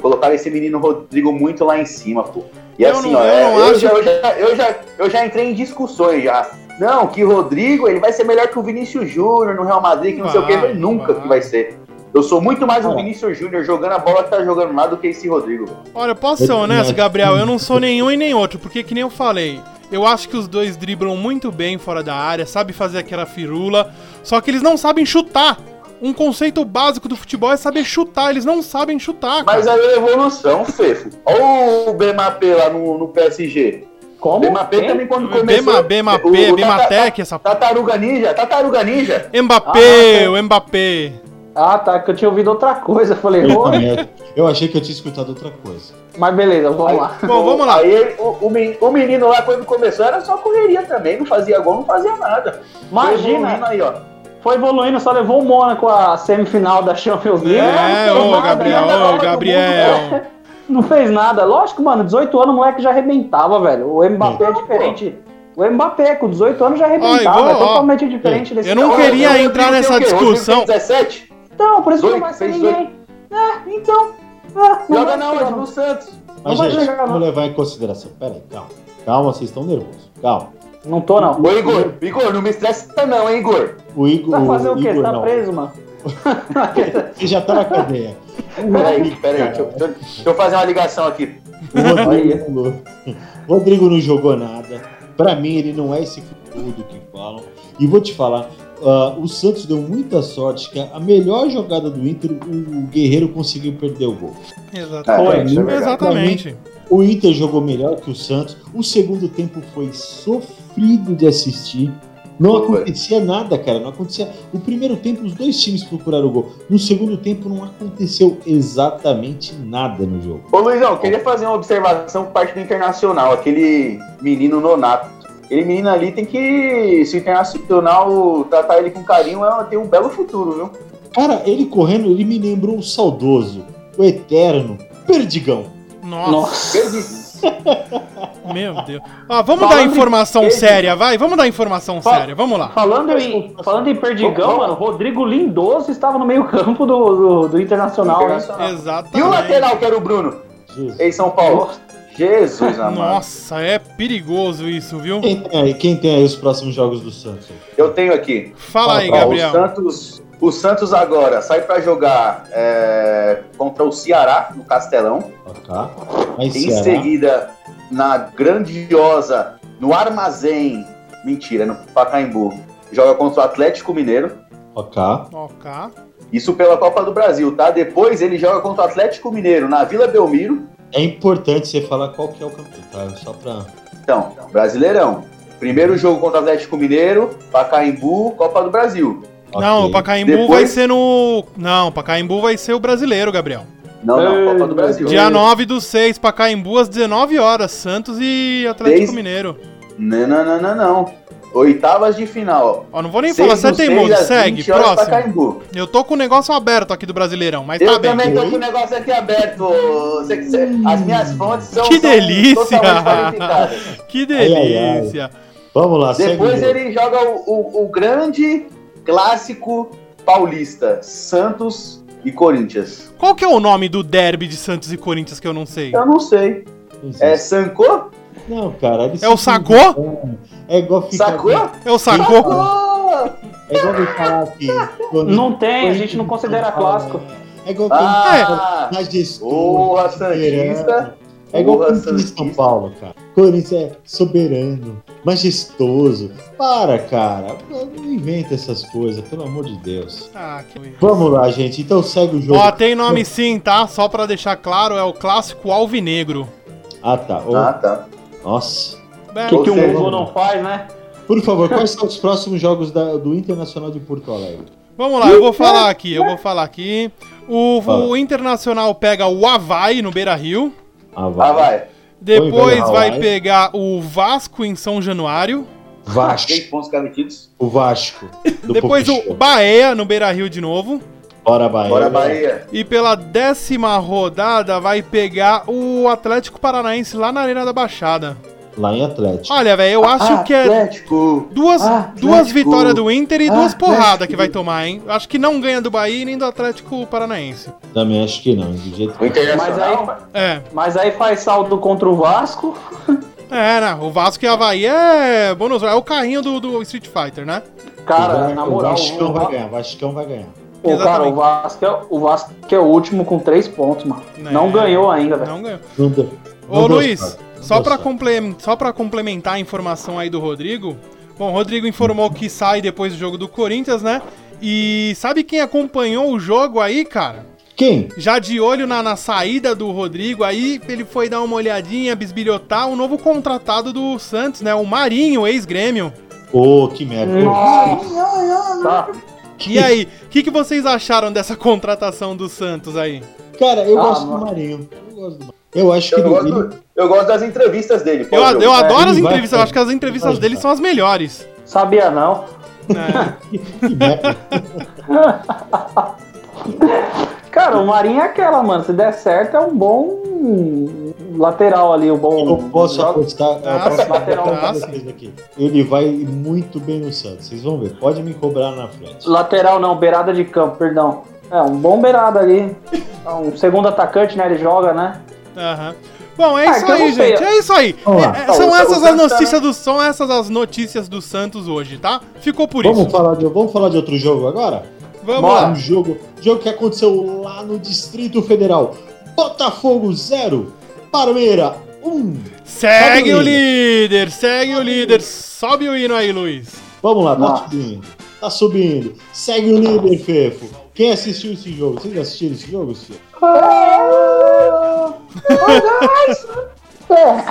Speaker 4: Colocaram esse menino Rodrigo muito lá em cima, pô. E
Speaker 2: Eu
Speaker 4: assim,
Speaker 2: não-
Speaker 4: ó,
Speaker 2: eu
Speaker 4: é,
Speaker 2: não
Speaker 4: eu,
Speaker 2: acho
Speaker 4: já, eu, já, eu, já, eu já entrei em discussões já. Não, que Rodrigo ele vai ser melhor que o Vinícius Júnior no Real Madrid, que não sei o quê,
Speaker 2: Vai,
Speaker 4: mas nunca
Speaker 2: vai.
Speaker 4: que vai ser. Eu sou muito mais o
Speaker 1: Ah.
Speaker 4: Vinícius Júnior jogando a bola que tá jogando lá do que esse Rodrigo. velho.
Speaker 2: Olha, eu posso ser honesto, Gabriel? Eu não sou nenhum e nem outro, porque que nem eu falei. Eu acho que os dois driblam muito bem fora da área, sabe fazer aquela firula, só que eles não sabem chutar. Um conceito básico do futebol é saber chutar, eles não sabem chutar,
Speaker 4: Mas
Speaker 2: cara.
Speaker 4: aí é evolução, Fefo. Olha o BMAP lá no, no PSG. O
Speaker 3: Como?
Speaker 4: BMAP
Speaker 3: Quem?
Speaker 4: também quando
Speaker 2: Bema,
Speaker 4: começou.
Speaker 2: Bema,
Speaker 4: o- tá- o Tata-
Speaker 2: Bematec, essa p...
Speaker 4: Tataruga Ninja, Tataruga Ninja.
Speaker 2: Mbappé, o Mbappé.
Speaker 3: Ah, tá, que eu tinha ouvido outra coisa. Eu Falei,
Speaker 1: Puta
Speaker 3: ô,
Speaker 1: merda. Eu achei que eu tinha escutado outra coisa.
Speaker 3: mas beleza, vamos lá.
Speaker 2: Bom, vamos lá.
Speaker 4: Aí ele- o, o men- o menino lá, quando começou, era só correria também, não fazia gol, não fazia nada. Foi evoluindo
Speaker 3: Imagina,
Speaker 4: aí, ó.
Speaker 3: foi evoluindo, só levou o Mônaco à semifinal da Champions League.
Speaker 2: É,
Speaker 3: Não fez
Speaker 2: ô
Speaker 3: nada,
Speaker 2: Gabriel,
Speaker 3: né?
Speaker 2: ô Gabriel.
Speaker 3: Não fez nada. Lógico, mano, 18 anos o moleque já arrebentava, velho. O Mbappé é diferente. O Mbappé com 18 anos já arrebentava,
Speaker 2: vou-
Speaker 3: é
Speaker 2: Hum. ó, Hum.
Speaker 3: totalmente diferente desse
Speaker 2: eu não
Speaker 3: cara.
Speaker 2: queria
Speaker 4: Rodrigo
Speaker 2: entrar
Speaker 4: tem o
Speaker 2: nessa
Speaker 4: quê? Rodrigo
Speaker 2: discussão.
Speaker 4: tem 17?
Speaker 3: Então, por isso que não
Speaker 4: Dois,
Speaker 3: vai ser
Speaker 4: fez
Speaker 3: ninguém. É, então. é, não
Speaker 4: Joga
Speaker 3: vai
Speaker 4: na
Speaker 3: ser,
Speaker 4: onde?
Speaker 3: não.
Speaker 4: No Santos.
Speaker 1: Mas,
Speaker 3: vai
Speaker 1: gente,
Speaker 3: chegar, não.
Speaker 1: vamos levar em consideração. Pera aí, calma. Calma, vocês estão nervosos. Calma.
Speaker 3: Não tô, não. Tá
Speaker 4: Ô, Igor, Igor, não me estressa não, hein, Igor?
Speaker 1: O Igor.
Speaker 3: Vai fazer o quê? Você
Speaker 1: Igor,
Speaker 3: tá
Speaker 1: não.
Speaker 3: preso, mano?
Speaker 1: Ele já tá na cadeia. O
Speaker 4: Peraí,
Speaker 1: Rodrigo,
Speaker 4: peraí,
Speaker 1: cara,
Speaker 4: deixa, eu- deixa eu- deixa eu fazer uma ligação aqui.
Speaker 1: O Rodrigo, não- o Rodrigo não jogou nada. Pra mim, ele não é esse futuro que falam. E vou te falar, ah, o Santos deu muita sorte que a melhor jogada do Inter, o Guerreiro conseguiu perder o gol.
Speaker 4: É,
Speaker 2: Exatamente.
Speaker 4: isso é verdade.
Speaker 2: Exatamente.
Speaker 1: O Inter jogou melhor que o Santos. O segundo tempo foi sofrido de assistir. Não
Speaker 4: Foi.
Speaker 1: acontecia nada, cara. Não acontecia. O primeiro tempo, os dois times procuraram o gol. No segundo tempo, não aconteceu exatamente nada no jogo.
Speaker 4: Ô, Luizão, queria fazer uma observação por parte do Internacional, aquele menino nonato. Aquele menino ali tem que, se o Internacional tratar ele com carinho, é- tem um belo futuro, viu?
Speaker 1: Cara, ele correndo, ele me lembrou o saudoso, o eterno Perdigão.
Speaker 2: Nossa,
Speaker 4: Perdi-
Speaker 2: meu Deus. Ah, vamos dar
Speaker 3: Falando em
Speaker 2: informação
Speaker 3: verde.
Speaker 2: séria, vai? Vamos dar informação
Speaker 3: Fala.
Speaker 2: séria, vamos lá.
Speaker 3: Falando em, falando em Perdigão,
Speaker 4: Vamos-
Speaker 3: mano, Rodrigo Lindoso estava no meio-campo do, do, do Internacional, né? hein?
Speaker 4: Internacional.
Speaker 2: Exatamente.
Speaker 4: E o lateral que era o Bruno,
Speaker 1: Jesus.
Speaker 4: em São Paulo? Jesus, amado.
Speaker 2: Nossa, é perigoso isso, viu?
Speaker 1: Quem tem, aí, quem tem aí os próximos jogos do Santos?
Speaker 4: Eu tenho aqui.
Speaker 2: Fala aí,
Speaker 4: Ó, o
Speaker 2: Gabriel.
Speaker 4: Santos, o O Santos agora sai pra jogar é, contra o Ceará, no Castelão.
Speaker 1: Tá. Mas
Speaker 4: Em
Speaker 1: Ceará-
Speaker 4: seguida, na grandiosa, no Armazém, mentira, no Pacaembu, joga contra o Atlético Mineiro.
Speaker 1: Ok.
Speaker 2: Ok.
Speaker 4: Isso pela Copa do Brasil, tá? Depois ele joga contra o Atlético Mineiro na Vila Belmiro.
Speaker 1: É importante você falar qual que é o campeão, tá? Só pra.
Speaker 4: Então, Brasileirão. Primeiro jogo contra o Atlético Mineiro, Pacaembu, Copa do Brasil.
Speaker 2: Não, o
Speaker 1: Ok.
Speaker 2: Pacaembu
Speaker 4: Depois-
Speaker 2: vai ser no. Não, o Pacaembu vai ser o brasileiro, Gabriel.
Speaker 4: Não, não,
Speaker 3: Ei,
Speaker 4: Copa do Brasil.
Speaker 2: Dia 9 do 6, Pacaembu às 19 horas. Santos e Atlético
Speaker 4: Desde-
Speaker 2: Mineiro.
Speaker 4: Não, não, não, não, não. Oitavas de final.
Speaker 2: Ó, não vou nem
Speaker 4: Seis
Speaker 2: falar, você é
Speaker 4: do seis
Speaker 2: teimoso.
Speaker 4: às
Speaker 2: Segue,
Speaker 4: 20 horas,
Speaker 2: próximo.
Speaker 4: Pacaembu.
Speaker 2: Eu tô com o negócio aberto aqui do Brasileirão, mas tá
Speaker 4: Eu
Speaker 2: bem.
Speaker 4: também tô com o negócio aqui aberto. Você que- você- as minhas fontes são.
Speaker 2: Que
Speaker 4: são
Speaker 2: delícia!
Speaker 4: totalmente qualificadas.
Speaker 2: Que
Speaker 1: Ai, ai, ai.
Speaker 2: delícia.
Speaker 1: Vamos lá,
Speaker 4: Depois
Speaker 2: é
Speaker 1: segue.
Speaker 4: ele joga o, o- o grande clássico paulista: Santos e Corinthians.
Speaker 2: Qual que é o nome do derby de Santos e Corinthians que eu não sei?
Speaker 4: Eu não sei. É Sancô?
Speaker 1: Não, cara. eles
Speaker 2: É o
Speaker 1: se
Speaker 2: Sacô?
Speaker 1: enganam. É igual ficar.
Speaker 4: Sacô?
Speaker 2: É o Sacô?
Speaker 4: Sacô!
Speaker 1: É igual me falar que.
Speaker 3: Não tem, a gente não considera clássico.
Speaker 1: É igual quem fala
Speaker 4: Ah!
Speaker 1: na gestora.
Speaker 4: Porra,
Speaker 1: soberano.
Speaker 4: Santista!
Speaker 1: É igual
Speaker 4: Porra,
Speaker 1: o Corinthians de
Speaker 4: Santista.
Speaker 1: São Paulo, cara. Corinthians é soberano, majestoso. Para, cara. Não inventa essas coisas, pelo amor de Deus.
Speaker 2: Ah, que...
Speaker 1: Vamos lá, gente. Então segue o jogo.
Speaker 2: Ó, tem nome sim, tá? Só pra deixar claro, é o clássico alvinegro.
Speaker 1: Ah, tá. Ô,
Speaker 4: Ah, tá.
Speaker 1: Nossa.
Speaker 2: É,
Speaker 3: O que, que um
Speaker 4: Ou seja,
Speaker 3: Google não faz, né?
Speaker 1: Por favor, quais são os próximos jogos da- do Internacional de Porto Alegre?
Speaker 2: Vamos lá, eu vou falar aqui, eu vou falar aqui. O, o Internacional pega o Havaí no Beira Rio.
Speaker 1: Ah,
Speaker 4: Ah, vai.
Speaker 2: Depois
Speaker 1: Oi,
Speaker 2: vai
Speaker 1: Havaí.
Speaker 2: pegar o Vasco em São Januário.
Speaker 1: Vasco.
Speaker 4: Três pontos garantidos.
Speaker 1: O Vasco. do
Speaker 2: Depois
Speaker 1: Pocochó.
Speaker 2: o Bahia no Beira Rio de novo.
Speaker 1: Bora Bahia.
Speaker 4: Bora, Bahia.
Speaker 2: E pela décima rodada vai pegar o Atlético Paranaense lá na Arena da Baixada.
Speaker 1: Lá em Atlético.
Speaker 2: Olha, velho, eu acho que é
Speaker 4: Ah, Atlético. Ah,
Speaker 2: duas,
Speaker 4: Atlético. Ah,
Speaker 2: duas vitórias do Inter e duas
Speaker 4: Atlético.
Speaker 2: porradas que vai tomar, hein? Acho que não ganha do Bahia e nem do Atlético Paranaense.
Speaker 1: Também acho que não. Do jeito
Speaker 4: O
Speaker 1: que...
Speaker 3: Mas aí,
Speaker 4: Internacional.
Speaker 2: É,
Speaker 3: mas aí faz saldo contra o Vasco.
Speaker 2: é, né? O Vasco e Havaí é bônus, é o carrinho do, do Street Fighter, né?
Speaker 3: Cara,
Speaker 1: o é.
Speaker 3: na
Speaker 1: Va-
Speaker 3: moral,
Speaker 1: o Vascão
Speaker 3: o,
Speaker 1: vai ganhar. O Vascão vai ganhar.
Speaker 3: o, cara,
Speaker 2: Exatamente.
Speaker 3: o Vasco, é, o Vasco que é o último com três pontos, mano.
Speaker 2: Né?
Speaker 3: Não ganhou ainda, velho.
Speaker 2: Não ganhou.
Speaker 1: Não deu- não
Speaker 2: Ô
Speaker 1: deu
Speaker 2: Luiz,
Speaker 1: certo. Não
Speaker 2: só
Speaker 1: deu
Speaker 2: pra,
Speaker 1: certo.
Speaker 2: comple- só pra complementar a informação aí do Rodrigo. Bom, o Rodrigo informou que sai depois do jogo do Corinthians, né? E sabe quem acompanhou o jogo aí, cara?
Speaker 1: Quem?
Speaker 2: Já de olho na, na saída do Rodrigo, aí ele foi dar uma olhadinha, bisbilhotar, o novo contratado do Santos, né? O Marinho, ex-grêmio.
Speaker 1: Ô, que merda.
Speaker 4: Hum.
Speaker 3: Nossa! Tá.
Speaker 2: E aí, o que, que vocês acharam dessa contratação do Santos aí?
Speaker 1: Cara, eu
Speaker 3: Ah,
Speaker 1: gosto
Speaker 3: mano.
Speaker 1: do Marinho. Eu gosto do Marinho. Eu acho que
Speaker 4: Eu
Speaker 1: ele-
Speaker 4: gosto, eu gosto das entrevistas dele.
Speaker 2: Eu,
Speaker 4: pós-jogo.
Speaker 2: eu adoro
Speaker 1: é,
Speaker 2: as
Speaker 1: ele vai
Speaker 2: entrevistas, eu
Speaker 1: ficar.
Speaker 2: acho que as entrevistas
Speaker 1: Ele vai
Speaker 2: dele
Speaker 1: ficar.
Speaker 2: são as melhores.
Speaker 3: Sabia não. É.
Speaker 2: né?
Speaker 1: que merda.
Speaker 3: Cara, o Marinho é aquela, mano. Se der certo, é um bom lateral ali, um bom.
Speaker 1: Eu posso
Speaker 3: joga-
Speaker 1: apostar. eu
Speaker 2: Ah,
Speaker 1: posso
Speaker 2: sim.
Speaker 1: apostar pra
Speaker 2: Ah,
Speaker 1: vocês aqui. Ele vai muito bem no Santos. Vocês vão ver. Pode me cobrar na frente.
Speaker 3: Lateral não, beirada de campo, perdão. É, um bom beirada ali. É um segundo atacante, né? Ele joga, né?
Speaker 2: Aham. Bom, é
Speaker 3: Ah,
Speaker 2: isso
Speaker 3: que eu
Speaker 2: aí,
Speaker 3: não sei. né?
Speaker 2: gente. É isso aí.
Speaker 1: Vamos lá.
Speaker 2: É, é,
Speaker 4: Não,
Speaker 2: são,
Speaker 4: o-
Speaker 2: essas
Speaker 4: o
Speaker 2: as
Speaker 4: Santos tá-
Speaker 2: notícias do, são essas as notícias do Santos hoje, tá? Ficou por
Speaker 1: Vamos
Speaker 2: isso. Tá.
Speaker 1: falar, de, vamos falar de outro jogo agora?
Speaker 2: Vamos
Speaker 3: Bora.
Speaker 2: lá.
Speaker 1: Um jogo, jogo que aconteceu lá no Distrito Federal. Botafogo um. 0, Parmeira 1.
Speaker 2: Segue
Speaker 1: Sobe o
Speaker 2: o líder, segue o líder. Sobe o hino aí, Luiz.
Speaker 1: Vamos lá, tá
Speaker 3: Nossa.
Speaker 1: subindo. Tá subindo. Segue o líder, Fefo. Quem assistiu esse jogo? Vocês assistiram esse jogo, Fefo?
Speaker 3: É,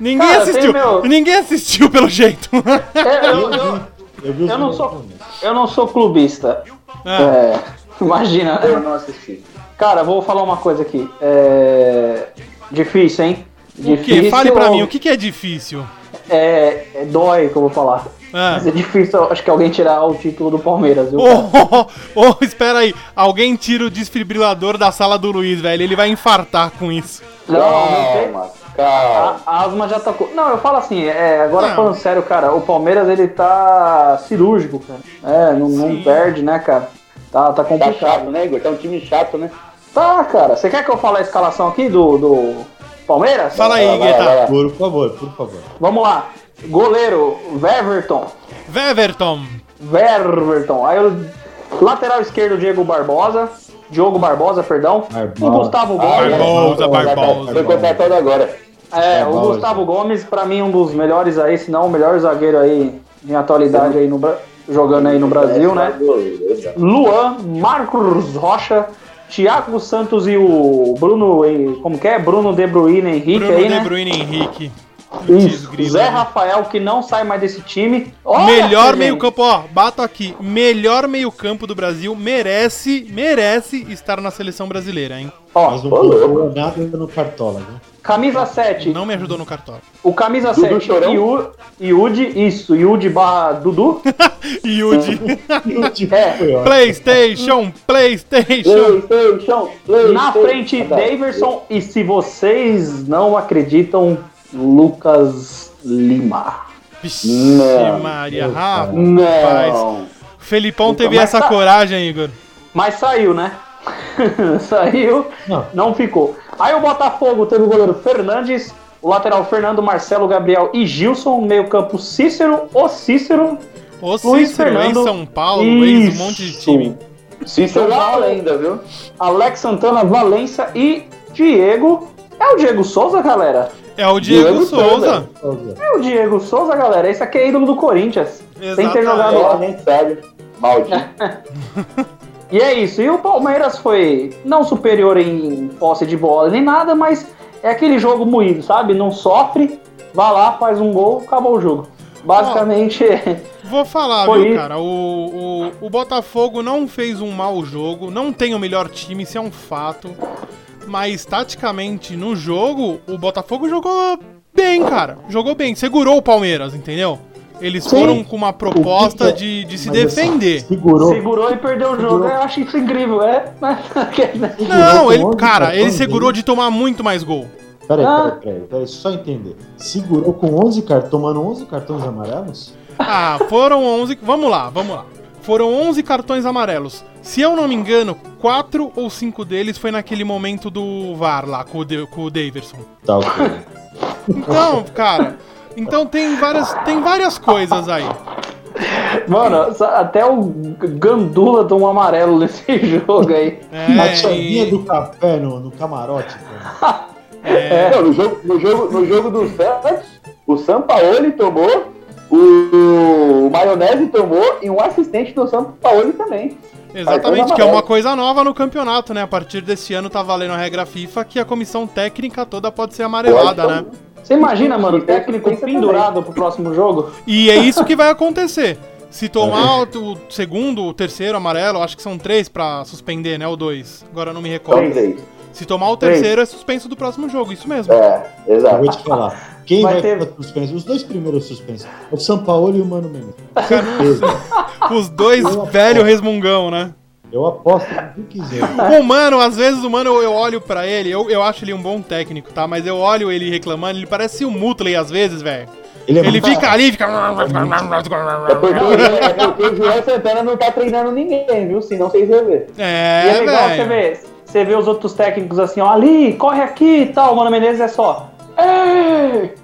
Speaker 2: Ninguém
Speaker 3: Cara,
Speaker 2: assistiu.
Speaker 3: tem meu-
Speaker 2: Ninguém assistiu pelo jeito.
Speaker 3: é, eu, eu,
Speaker 1: Eu, vi os
Speaker 3: eu não
Speaker 1: primeiros
Speaker 3: sou-
Speaker 1: minutos.
Speaker 3: eu não sou clubista.
Speaker 2: É.
Speaker 3: É, imagina.
Speaker 4: Eu não assisti.
Speaker 3: Cara, vou falar uma coisa aqui. É. Difícil, hein?
Speaker 1: É.
Speaker 2: O
Speaker 3: Difícil.
Speaker 2: que? Fale pra mim, o que, que é difícil?
Speaker 3: É, é dói que eu vou falar.
Speaker 2: Ah.
Speaker 3: Mas é difícil, eu acho que alguém tirar o título do Palmeiras, viu?
Speaker 2: Oh,
Speaker 3: cara?
Speaker 2: oh, oh, oh, espera aí. Alguém tira o desfibrilador da sala do Luiz, velho. Ele vai infartar com isso.
Speaker 3: Não, não tem.
Speaker 4: Calma, calma.
Speaker 3: A, a asma já tocou. Não, eu falo assim, é, agora
Speaker 2: Não.
Speaker 3: falando sério, cara, o Palmeiras ele tá cirúrgico, cara. É, não, não
Speaker 2: Sim.
Speaker 3: perde, né, cara? Tá, tá
Speaker 4: Tá
Speaker 3: complicado.
Speaker 4: chato, né, Igor? Tá um time chato, né?
Speaker 3: Tá, cara. Você quer que eu fale a escalação aqui do, do Palmeiras?
Speaker 2: Fala aí,
Speaker 4: Vai lá, vai lá,
Speaker 2: Guetta.
Speaker 4: vai lá.
Speaker 1: Por favor, por favor.
Speaker 3: Vamos lá. Goleiro, Ververton.
Speaker 2: Veverton.
Speaker 3: Ververton. Aí eu Lateral esquerdo, Diego Barbosa. Diogo Barbosa, perdão.
Speaker 1: Barbosa. Ah,
Speaker 3: O Gustavo Gomes.
Speaker 2: Barbosa,
Speaker 4: Foi
Speaker 2: Barbosa.
Speaker 4: contratado agora.
Speaker 3: É, o
Speaker 1: Barbosa.
Speaker 3: Gustavo Gomes, pra mim, um dos melhores aí, se não o melhor zagueiro aí em atualidade aí no Bra- jogando aí no Brasil, né? Luan, Marcos Rocha, Thiago Santos e o Bruno, eh, como que é? Bruno De Bruyne Henrique
Speaker 2: Bruno
Speaker 3: aí,
Speaker 2: De
Speaker 3: né?
Speaker 2: Bruyne Henrique.
Speaker 3: Isso.
Speaker 2: Desgrila,
Speaker 3: Um Zé
Speaker 2: né?
Speaker 3: Rafael, que não sai mais desse time.
Speaker 2: Melhor meio
Speaker 3: campo.
Speaker 2: campo, ó, bato aqui. Melhor meio campo do Brasil merece, merece estar na seleção brasileira, hein?
Speaker 3: Ó,
Speaker 1: Mas não
Speaker 4: Ô, louco.
Speaker 1: colocou nada no cartola, né?
Speaker 3: camisa 7,
Speaker 2: Não me ajudou no cartola.
Speaker 3: o camisa
Speaker 4: Dudu
Speaker 3: 7,
Speaker 4: Chorão?
Speaker 3: Iu- Iude, isso, Iude barra Dudu.
Speaker 2: Yudi.
Speaker 3: É.
Speaker 1: tipo, Foi ótimo.
Speaker 2: Playstation, Playstation.
Speaker 4: PlayStation,
Speaker 3: Na frente,
Speaker 4: Tá.
Speaker 3: Daverson e se vocês não acreditam, Lucas Lima.
Speaker 2: Vixe,
Speaker 4: Não.
Speaker 2: Maria, rapaz.
Speaker 4: Não.
Speaker 2: Felipão teve
Speaker 3: mas
Speaker 2: essa
Speaker 3: tá-
Speaker 2: coragem, Igor.
Speaker 3: Mas saiu, né? saiu,
Speaker 1: Não.
Speaker 3: não. ficou. Aí o Botafogo teve o goleiro Fernandes, o lateral Fernando, Marcelo, Gabriel e Gilson, meio campo Cícero, o Cícero,
Speaker 2: O
Speaker 3: Luiz
Speaker 2: Cícero, em
Speaker 3: Fernando.
Speaker 2: São Paulo,
Speaker 3: e
Speaker 2: ex um monte de time.
Speaker 4: Cícero Paulo ainda, viu?
Speaker 3: Alex Santana, Valência e Diego. É o Diego Souza, galera?
Speaker 2: É o Diego,
Speaker 4: Diego
Speaker 2: Souza.
Speaker 1: tá
Speaker 3: É o Diego Souza, galera. Esse aqui é ídolo do Corinthians. Sem ter
Speaker 2: Exatamente.
Speaker 3: jogado lá.
Speaker 4: Ela nem sabe. Maldito.
Speaker 3: E é isso. E o Palmeiras foi não superior em posse de bola nem nada, mas é aquele jogo moído, sabe? Não sofre, vai lá, faz um gol, acabou o jogo. Basicamente,
Speaker 2: Vou falar,
Speaker 3: Foi
Speaker 2: viu,
Speaker 3: isso.
Speaker 2: cara? O, o, o Botafogo não fez um mau jogo, não tem o melhor time, isso é um fato. Mas, taticamente, no jogo, o Botafogo jogou bem, cara. Jogou bem, segurou o Palmeiras, entendeu? Eles foram com uma proposta de, de se
Speaker 1: Mas assim,
Speaker 2: defender.
Speaker 1: Segurou.
Speaker 3: segurou e perdeu o jogo. Eu acho isso incrível, é?
Speaker 2: Não,
Speaker 1: com
Speaker 2: ele,
Speaker 1: onze
Speaker 2: cara,
Speaker 1: cartões,
Speaker 2: ele
Speaker 1: hein?
Speaker 2: segurou de tomar muito mais gol.
Speaker 1: Peraí,
Speaker 3: Ah.
Speaker 1: peraí, peraí, peraí, só entender. Segurou com 11 cartões, tomando 11 cartões amarelos?
Speaker 2: Ah, foram 11. Vamos lá, vamos lá. Foram 11 cartões amarelos. Se eu não me engano, 4 ou 5 deles foi naquele momento do VAR lá com o, De com o Daverson.
Speaker 1: Tá, ok.
Speaker 2: Então, cara. Então tem várias, tem várias coisas aí.
Speaker 3: Mano, sa- até o Gandula tomou amarelo nesse jogo aí.
Speaker 1: A
Speaker 2: É,
Speaker 1: tiazinha
Speaker 2: e-
Speaker 1: do café no, no camarote, cara.
Speaker 2: É.
Speaker 4: Não, no, jogo, no, jogo, no jogo do Santos, o Sampaoli tomou, o, o Maionese tomou e um assistente do Sampaoli também.
Speaker 2: exatamente, que é uma coisa nova no campeonato, né? A partir desse ano tá valendo a regra FIFA que a comissão técnica toda pode ser amarelada, né?
Speaker 3: Você imagina, mano, é o técnico
Speaker 4: Tem que
Speaker 3: pendurado pro próximo jogo?
Speaker 2: E é isso que vai acontecer. Se tomar o, o segundo, o terceiro amarelo, acho que são três pra suspender, né? O dois. Agora eu não me recordo.
Speaker 4: Três aí.
Speaker 2: Se tomar o
Speaker 4: Três.
Speaker 2: terceiro, é suspenso do próximo jogo, isso mesmo.
Speaker 4: É,
Speaker 1: Eu vou
Speaker 4: exato.
Speaker 1: te falar. Quem
Speaker 3: Vai
Speaker 1: vai,
Speaker 3: ter-
Speaker 1: ficar suspenso? Os dois primeiros suspensos. O São Paulo e o Mano Menezes.
Speaker 2: Os dois velho resmungão, né?
Speaker 1: Eu aposto no que quiser.
Speaker 3: É.
Speaker 2: O mano, às vezes o mano, eu- eu olho pra ele, eu, eu acho ele um bom técnico, tá? Mas eu olho ele reclamando, ele parece o Mutley às vezes, velho. Ele
Speaker 1: é muito-
Speaker 2: fica ali, fica.
Speaker 4: É porque, o Ju- é porque o João Santana não tá treinando ninguém, viu? Senão vocês iam ver.
Speaker 3: E é
Speaker 2: É,
Speaker 3: legal você
Speaker 2: velho.
Speaker 3: ver, você vê os outros técnicos assim, ó, ali, corre aqui e tal. O Mano Menezes é só. Ei!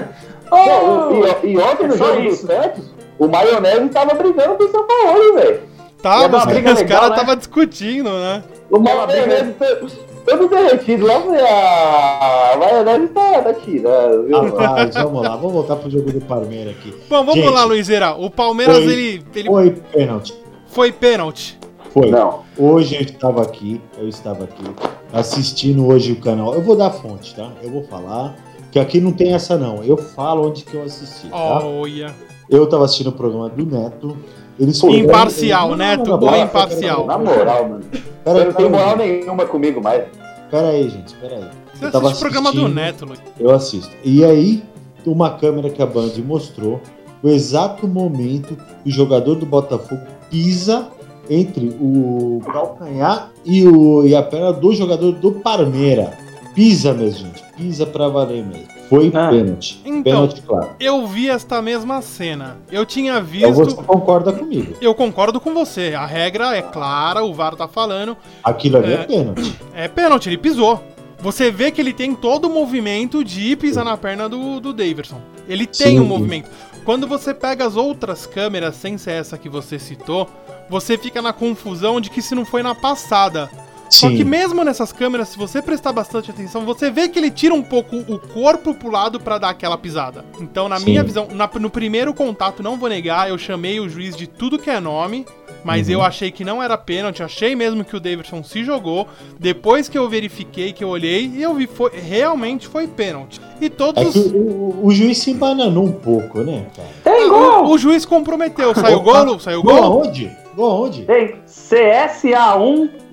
Speaker 4: Não,
Speaker 3: Oh!
Speaker 4: e, e- e ontem no
Speaker 3: Só
Speaker 4: jogo
Speaker 3: isso.
Speaker 4: do Santos, o Maionese tava brigando com o Sampaoli, velho.
Speaker 2: Tá,
Speaker 3: Ia dar
Speaker 2: os,
Speaker 3: uma briga
Speaker 2: os
Speaker 3: legal,
Speaker 2: caras
Speaker 3: né?
Speaker 2: tava discutindo, né?
Speaker 4: O
Speaker 3: Tava
Speaker 4: Maionese todo- todo derretido lá, eu falei, ah, o Maionese tá, tá tirando, viu?
Speaker 1: Rapaz, vamos lá, vamos voltar pro jogo do Palmeiras aqui.
Speaker 2: Bom, vamos
Speaker 1: Gente,
Speaker 2: lá, Luizera. O Palmeiras,
Speaker 1: foi-
Speaker 2: ele, ele
Speaker 1: Foi pênalti.
Speaker 2: foi pênalti.
Speaker 1: Foi.
Speaker 4: Não.
Speaker 1: Hoje eu estava aqui, eu estava aqui, assistindo hoje o canal. Eu vou dar fonte, tá? Eu vou falar. Que aqui não tem essa, não. Eu falo onde que eu assisti, tá?
Speaker 2: Olha.
Speaker 1: Eu estava assistindo o programa do Neto. Eles
Speaker 4: Pô,
Speaker 2: Imparcial,
Speaker 1: Não, não,
Speaker 2: Neto,
Speaker 1: não, não,
Speaker 2: ou
Speaker 1: não,
Speaker 2: é imparcial?
Speaker 4: Na moral, mano.
Speaker 1: Peraí,
Speaker 4: Você não tem moral nenhuma comigo mais.
Speaker 1: Peraí, gente, peraí.
Speaker 2: Você
Speaker 1: Eu tava
Speaker 2: assiste o programa do
Speaker 1: assistindo.
Speaker 2: Neto, Luiz.
Speaker 1: Eu assisto. E aí, uma câmera que a Band mostrou o exato momento que o jogador do Botafogo pisa entre o calcanhar e, o, e a perna do jogador do Parmeira. Pisa mesmo, gente. Pisa pra valer mesmo. Foi
Speaker 3: Ah.
Speaker 1: pênalti.
Speaker 2: Então.
Speaker 1: Pênalti, claro.
Speaker 2: Eu vi esta mesma cena. Eu tinha
Speaker 1: Então
Speaker 2: visto.
Speaker 1: você concorda comigo.
Speaker 2: Eu concordo com você. A regra é clara, o VAR tá falando.
Speaker 1: Aquilo ali é,
Speaker 2: É.
Speaker 1: pênalti.
Speaker 2: É pênalti, ele pisou. Você vê que ele tem todo o movimento de pisar na perna do, do Daverson. Ele tem
Speaker 1: Sim.
Speaker 2: um movimento. Quando você pega as outras câmeras, sem ser essa que você citou, você fica na confusão de que se não foi na passada. Só
Speaker 1: Sim.
Speaker 2: que mesmo nessas câmeras, se você prestar bastante atenção, você vê que ele tira um pouco o corpo pro lado pra dar aquela pisada. Então, na
Speaker 1: Sim.
Speaker 2: minha visão, na- no primeiro contato, não vou negar, eu chamei o juiz de tudo que é nome, mas
Speaker 1: Uhum.
Speaker 2: eu achei que não era pênalti, achei mesmo que o Davidson se jogou. Depois que eu verifiquei, que eu olhei, eu vi foi realmente foi pênalti. E
Speaker 1: É
Speaker 2: todos
Speaker 1: que o, o- o juiz se bananou um pouco, né, cara?
Speaker 3: Tem
Speaker 2: Ah, o,
Speaker 3: gol!
Speaker 2: o juiz comprometeu, saiu gol, saiu
Speaker 1: Gol
Speaker 2: gol.
Speaker 1: aonde? Gol aonde?
Speaker 3: Tem CSA 1,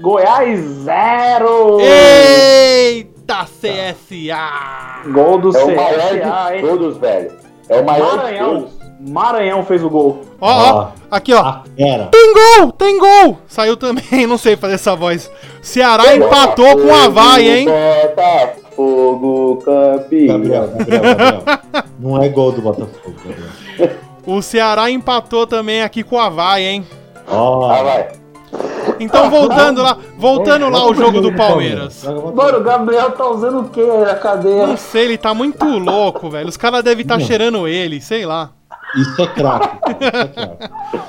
Speaker 3: Goiás 0!
Speaker 2: Eita CSA!
Speaker 3: Gol do
Speaker 4: É o maior
Speaker 3: CSA,
Speaker 4: de
Speaker 3: hein?
Speaker 4: todos, velho. É o maior de
Speaker 3: Maranhão.
Speaker 4: todos.
Speaker 3: Maranhão fez o gol.
Speaker 2: Ó, ó, aqui ó.
Speaker 1: Ah, era.
Speaker 2: Gol, tem gol! Saiu também, não sei fazer essa voz. Ceará empatou com o Havaí, hein?
Speaker 4: Botafogo
Speaker 1: Gabriel,
Speaker 4: campeão.
Speaker 1: Gabriel, Gabriel. Não é gol do Botafogo, Gabriel.
Speaker 2: O Ceará empatou também aqui com o Havaí, hein?
Speaker 1: Ó.
Speaker 4: Ah, vai.
Speaker 2: Então voltando lá, voltando lá o jogo do Palmeiras.
Speaker 1: Joga o
Speaker 3: Mano, o
Speaker 1: Botafogo.
Speaker 3: Gabriel tá usando o que na cadeia?
Speaker 2: Não sei, ele tá muito louco, velho. Os caras devem estar cheirando ele, sei lá.
Speaker 1: Isso é craque. cara, Isso é craque.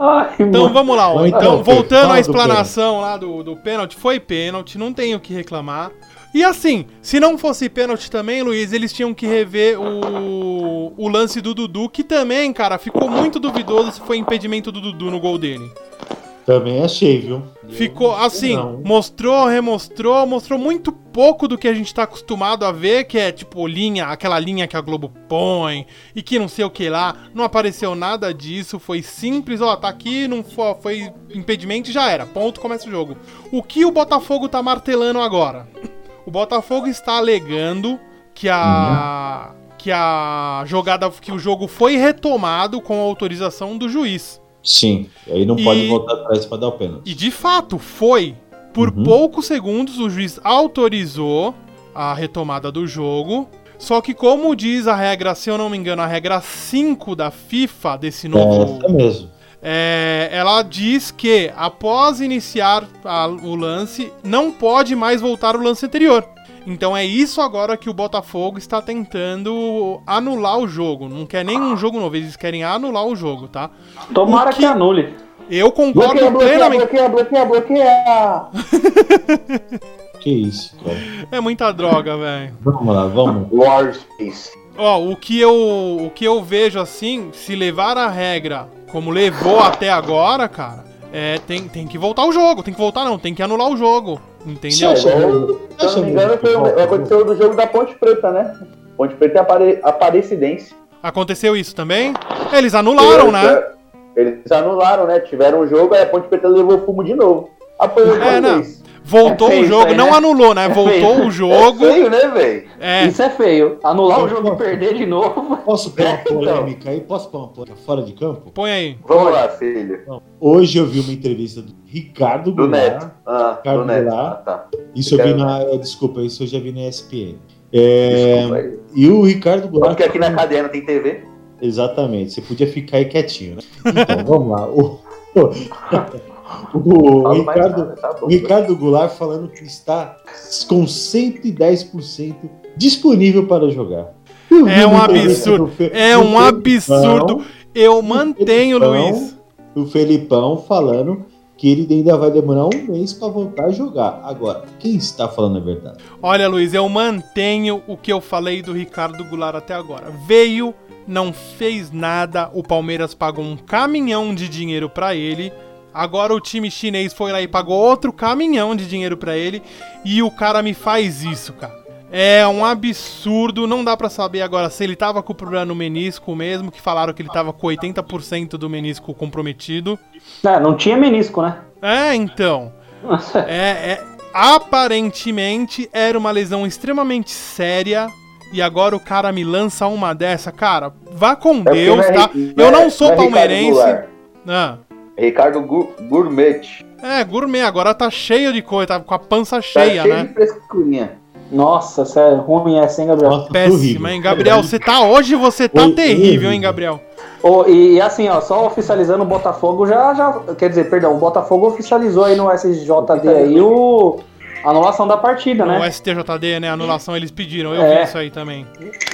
Speaker 3: Ai,
Speaker 2: Então
Speaker 3: mano.
Speaker 2: vamos lá, ó.
Speaker 1: Fala
Speaker 2: Então,
Speaker 1: do pênalti,
Speaker 2: voltando
Speaker 1: fala
Speaker 2: à
Speaker 1: do
Speaker 2: explanação lá do, do pênalti, foi pênalti, não tenho o que reclamar. E assim, se não fosse pênalti também, Luiz, eles tinham que rever o, o lance do Dudu, que também, cara, ficou muito duvidoso se foi impedimento do Dudu no gol dele.
Speaker 1: Também achei, viu?
Speaker 2: Ficou assim,
Speaker 1: não.
Speaker 2: mostrou, remostrou, mostrou muito pouco do que a gente tá acostumado a ver, que é tipo linha, aquela linha que a Globo põe e que não sei o que lá. Não apareceu nada disso, foi simples, ó, tá aqui, não foi, foi impedimento e já era. Ponto, começa o jogo. O que o Botafogo tá martelando agora? O Botafogo está alegando que a que a jogada que o jogo foi retomado com a autorização do juiz.
Speaker 1: Sim. Aí não
Speaker 2: E-
Speaker 1: pode voltar atrás pra dar o pênalti.
Speaker 2: E de fato, foi. Por
Speaker 1: Uhum.
Speaker 2: poucos segundos, o juiz autorizou a retomada do jogo. Só que, como diz a regra, se eu não me engano, a regra 5 da FIFA, desse
Speaker 1: É
Speaker 2: novo.
Speaker 1: essa mesmo.
Speaker 2: é, ela diz que, após iniciar a- o lance, não pode mais voltar o lance anterior. Então é isso agora que o Botafogo está tentando anular o jogo. Não quer nenhum jogo novo, eles querem anular o jogo, tá?
Speaker 3: Tomara
Speaker 2: o
Speaker 3: que...
Speaker 2: que-
Speaker 3: anule.
Speaker 2: Eu concordo
Speaker 1: é
Speaker 4: Bloqueia, bloqueia,
Speaker 2: plenamente.
Speaker 4: bloqueia, bloqueia, bloqueia.
Speaker 1: Que isso, cara.
Speaker 2: É muita droga, velho.
Speaker 1: Vamos lá, vamos.
Speaker 4: War Space.
Speaker 2: Ó, o que eu o que eu vejo assim, se levar a regra como levou até agora, cara, é tem, tem que voltar o jogo, tem que voltar não, tem que anular o jogo,
Speaker 1: Você
Speaker 2: entendeu?
Speaker 1: acha
Speaker 4: É,
Speaker 1: que-
Speaker 4: Se eu
Speaker 1: acha
Speaker 4: não me engano,
Speaker 1: mesmo que
Speaker 4: foi
Speaker 1: falta?
Speaker 4: o- aconteceu do jogo da Ponte Preta, né? Ponte Preta e Apare- Aparecidense.
Speaker 2: Aconteceu isso também? Eles anularam,
Speaker 3: é.
Speaker 2: né?
Speaker 4: é, Eles anularam, né? Tiveram um jogo, aí a Ponte Preta levou fumo de novo. Apanhou
Speaker 2: É,
Speaker 4: é,
Speaker 2: não.
Speaker 4: vez.
Speaker 2: Voltou
Speaker 3: É feio
Speaker 2: o jogo,
Speaker 3: isso aí,
Speaker 2: não
Speaker 3: né?
Speaker 2: anulou, né?
Speaker 3: É
Speaker 2: Voltou
Speaker 3: feio.
Speaker 2: o jogo.
Speaker 4: É feio, né, velho?
Speaker 2: É,
Speaker 3: Isso é feio. Anular o jogo e perder de novo.
Speaker 1: Posso pôr uma
Speaker 4: Então.
Speaker 1: polêmica aí? Posso pôr uma polêmica fora de campo?
Speaker 2: põe aí.
Speaker 4: Vamos lá, filho.
Speaker 1: Hoje eu vi uma entrevista do Ricardo
Speaker 4: Do
Speaker 1: Goulart.
Speaker 4: Neto. Ah, do
Speaker 1: Ricardo
Speaker 4: Neto.
Speaker 1: Goulart.
Speaker 4: Ah, tá.
Speaker 1: Isso eu vi
Speaker 4: Ricardo.
Speaker 1: na. Desculpa, isso eu já vi na ESPN. É,
Speaker 4: Desculpa aí.
Speaker 1: e o Ricardo
Speaker 4: Só
Speaker 1: Goulart.
Speaker 4: Porque aqui na cadeia não tem TV.
Speaker 1: Exatamente, você podia ficar aí quietinho, né? Então, vamos lá. O, o- o
Speaker 4: Fala mais
Speaker 1: Ricardo,
Speaker 4: nada, tá bom.
Speaker 1: o Ricardo Goulart falando que está com 110% disponível para jogar. Eu vi
Speaker 2: É um
Speaker 1: uma entrevista
Speaker 2: absurdo,
Speaker 1: do Fe-
Speaker 2: é
Speaker 1: do
Speaker 2: um
Speaker 3: Então,
Speaker 1: Felipão,
Speaker 2: absurdo. Eu mantenho,
Speaker 1: Então,
Speaker 2: Luiz.
Speaker 1: Do Felipão falando que ele ainda vai demorar um mês para voltar a jogar. Agora, quem está falando a verdade?
Speaker 2: Olha, Luiz, eu mantenho o que eu falei do Ricardo Goulart até agora. Veio, não fez nada, o Palmeiras pagou um caminhão de dinheiro pra ele. Agora o time chinês foi lá e pagou outro caminhão de dinheiro pra ele e o cara me faz isso, cara. É um absurdo, não dá pra saber agora se ele tava com problema no menisco mesmo, que falaram que ele tava com 80% do menisco comprometido.
Speaker 3: É, não tinha menisco, né?
Speaker 2: É, então. É, é- aparentemente era uma lesão extremamente séria. E agora o cara me lança uma dessa, cara. Vá com
Speaker 4: É porque
Speaker 2: Deus,
Speaker 4: não é
Speaker 2: tá?
Speaker 4: Ri-
Speaker 2: Eu
Speaker 4: não é-
Speaker 2: não sou
Speaker 4: não é Ricardo
Speaker 2: palmeirense.
Speaker 4: Goulart. É
Speaker 2: Ah,
Speaker 4: Ricardo Gu- Gourmet.
Speaker 2: é, gourmet, agora tá cheio de coisa, tá com a pança
Speaker 4: Tá
Speaker 2: cheia,
Speaker 4: cheio
Speaker 2: né?
Speaker 4: de frescurinha.
Speaker 3: Nossa, isso é ruim essa, hein, Gabriel?
Speaker 1: Nossa,
Speaker 2: Péssima, hein, Gabriel? Você tá hoje, você tá
Speaker 1: Horrível.
Speaker 2: terrível, hein, Gabriel?
Speaker 3: Ô, e, e assim, ó, só oficializando o Botafogo já, já. Quer dizer, perdão, o Botafogo oficializou aí no SJD aí o. A anulação da partida,
Speaker 2: O
Speaker 3: né?
Speaker 2: STJD, né? Anulação, eles pediram, eu
Speaker 3: É.
Speaker 2: vi isso aí também.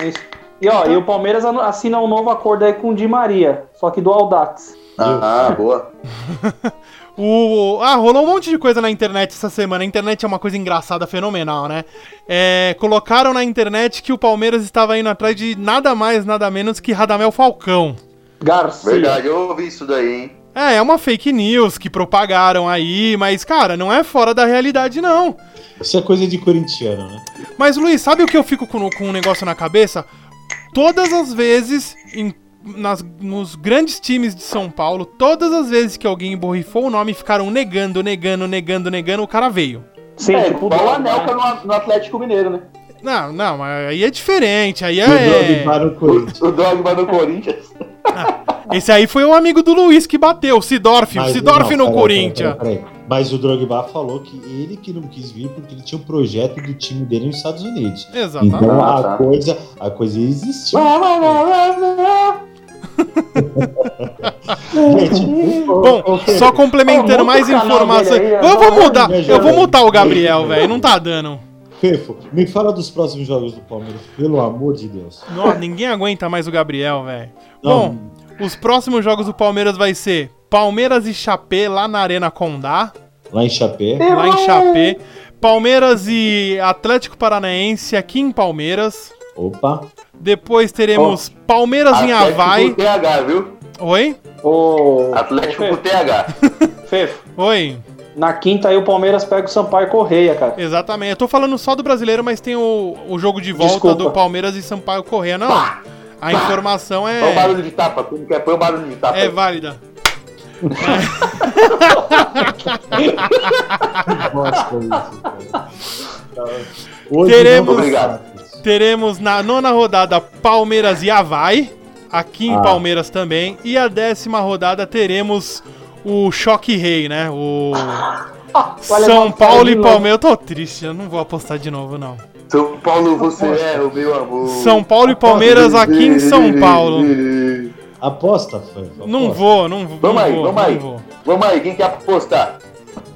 Speaker 3: Isso. E ó, e o Palmeiras anu- assina um novo acordo aí com o Di Maria, só que do Aldax.
Speaker 4: Ah, ah, boa.
Speaker 2: O, ah, rolou um monte de coisa na internet essa semana. A internet é uma coisa engraçada, fenomenal, né? É, colocaram na internet que o Palmeiras estava indo atrás de nada mais, nada menos que Radamel Falcão.
Speaker 3: Garcia.
Speaker 4: Verdade, eu ouvi isso daí, hein?
Speaker 2: É, é uma fake news que propagaram aí, mas, cara, não é fora da realidade, não.
Speaker 1: Isso é coisa de corintiano, né?
Speaker 2: Mas, Luiz, sabe o que eu fico com, com um negócio na cabeça? Todas as vezes, em- nas, nos grandes times de São Paulo, todas as vezes que alguém borrifou o nome e ficaram negando, negando, negando, negando, o cara veio.
Speaker 3: Sim,
Speaker 4: é,
Speaker 3: tipo
Speaker 4: igual o
Speaker 3: Dória,
Speaker 4: Anelka
Speaker 3: né?
Speaker 4: no, no Atlético Mineiro, né?
Speaker 2: Não, não, mas aí é diferente, aí
Speaker 1: É...
Speaker 2: é...
Speaker 1: para o Corinthians.
Speaker 4: O Dogma
Speaker 3: É.
Speaker 4: do Corinthians.
Speaker 2: Esse aí foi um amigo do Luiz que bateu, o Sidorf, o
Speaker 1: Mas-
Speaker 2: Sidorf
Speaker 1: não,
Speaker 2: no
Speaker 1: peraí,
Speaker 2: Corinthians.
Speaker 1: peraí, peraí, peraí. Mas o Drogba falou que ele que não quis vir porque ele tinha um projeto do time dele nos Estados Unidos.
Speaker 2: Exatamente.
Speaker 1: Então
Speaker 4: Ah,
Speaker 1: a
Speaker 4: tá.
Speaker 1: coisa, a coisa existiu. Gente, o-
Speaker 2: Bom,
Speaker 1: o- o-
Speaker 2: só complementando
Speaker 3: Ó,
Speaker 2: mais
Speaker 3: muda o canal
Speaker 2: informações.
Speaker 3: dele aí,
Speaker 2: Eu vou
Speaker 3: ó.
Speaker 2: mudar,
Speaker 1: é Veja
Speaker 2: eu vou
Speaker 1: aí.
Speaker 2: mutar o Gabriel, velho, não tá dando.
Speaker 1: Fefo, me fala dos próximos jogos do Palmeiras, pelo amor de Deus.
Speaker 2: Nossa, ninguém aguenta mais o Gabriel, velho.
Speaker 1: Não.
Speaker 2: Bom, os próximos jogos do Palmeiras vai ser Palmeiras e Chapé lá na Arena Condá,
Speaker 1: Lá em Chapé.
Speaker 2: lá em Chapé. Palmeiras e Atlético Paranaense aqui em Palmeiras.
Speaker 1: Opa.
Speaker 2: Depois teremos Palmeiras em
Speaker 4: Atlético
Speaker 2: Havaí.
Speaker 4: com TH, viu?
Speaker 2: Oi?
Speaker 3: Ô,
Speaker 4: Atlético
Speaker 3: ô,
Speaker 4: com TH.
Speaker 3: Fefo, Fefo,
Speaker 2: Oi.
Speaker 3: na quinta aí o Palmeiras pega o Sampaio Correia, cara.
Speaker 2: Exatamente. Eu tô falando só do brasileiro, mas tem o, o jogo de volta
Speaker 3: Desculpa.
Speaker 2: do Palmeiras e Sampaio Corrêa. Não,
Speaker 4: Pá!
Speaker 2: a informação
Speaker 4: Põe o
Speaker 2: é,
Speaker 4: barulho de tapa. Como que é? Põe o barulho de tapa.
Speaker 2: é válida.
Speaker 1: Gosto disso, cara. Hoje
Speaker 2: Teremos-
Speaker 1: não vai
Speaker 4: Obrigado.
Speaker 1: passar.
Speaker 2: Teremos na nona rodada Palmeiras e Havaí, aqui em
Speaker 1: Ah.
Speaker 2: Palmeiras também. E a décima rodada teremos o Choque Rei, né? O São
Speaker 3: alemão
Speaker 2: Paulo
Speaker 3: saiu
Speaker 2: e
Speaker 3: de novo.
Speaker 2: Palmeiras. Eu tô triste, eu não vou apostar de novo, não.
Speaker 4: São Paulo, você é o meu amor.
Speaker 2: São Paulo e Palmeiras aqui em São Paulo.
Speaker 1: Aposta, Fefo.
Speaker 2: Não
Speaker 1: aposta.
Speaker 2: vou, não vou.
Speaker 4: Vamos
Speaker 2: não
Speaker 4: aí,
Speaker 2: vou,
Speaker 4: vamos aí.
Speaker 2: Não vou.
Speaker 4: Vamos aí, quem quer apostar?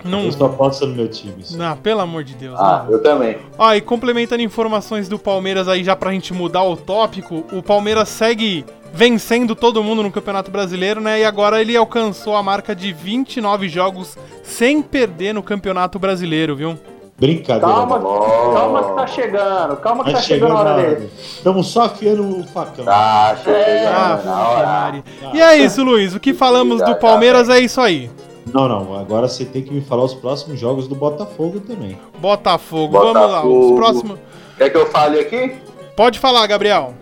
Speaker 2: Não
Speaker 1: Eu só aposto no meu time. só.
Speaker 2: Não, pelo amor de Deus.
Speaker 4: Ah,
Speaker 2: não.
Speaker 4: eu também.
Speaker 2: Ó, e complementando informações do Palmeiras aí, já pra gente mudar o tópico, o Palmeiras segue vencendo todo mundo no Campeonato Brasileiro, né? E agora ele alcançou a marca de 29 jogos sem perder no Campeonato Brasileiro, viu?
Speaker 1: Brincadeira. né?
Speaker 3: Calma,
Speaker 4: Nossa.
Speaker 3: calma que tá chegando, calma que
Speaker 1: Mas
Speaker 3: tá chegando a hora dele.
Speaker 1: Estamos só afiando o facão.
Speaker 4: Tá, chega.
Speaker 2: Ah,
Speaker 3: É.
Speaker 4: na
Speaker 2: Ave
Speaker 4: hora.
Speaker 2: Maria. E é isso, Luiz. O que falamos do Palmeiras é isso aí.
Speaker 1: Não, não. Agora você tem que me falar os próximos jogos do Botafogo também.
Speaker 2: Botafogo, vamos lá. Os
Speaker 4: Botafogo.
Speaker 2: próximos.
Speaker 4: Quer que eu fale aqui?
Speaker 2: Pode falar, Gabriel.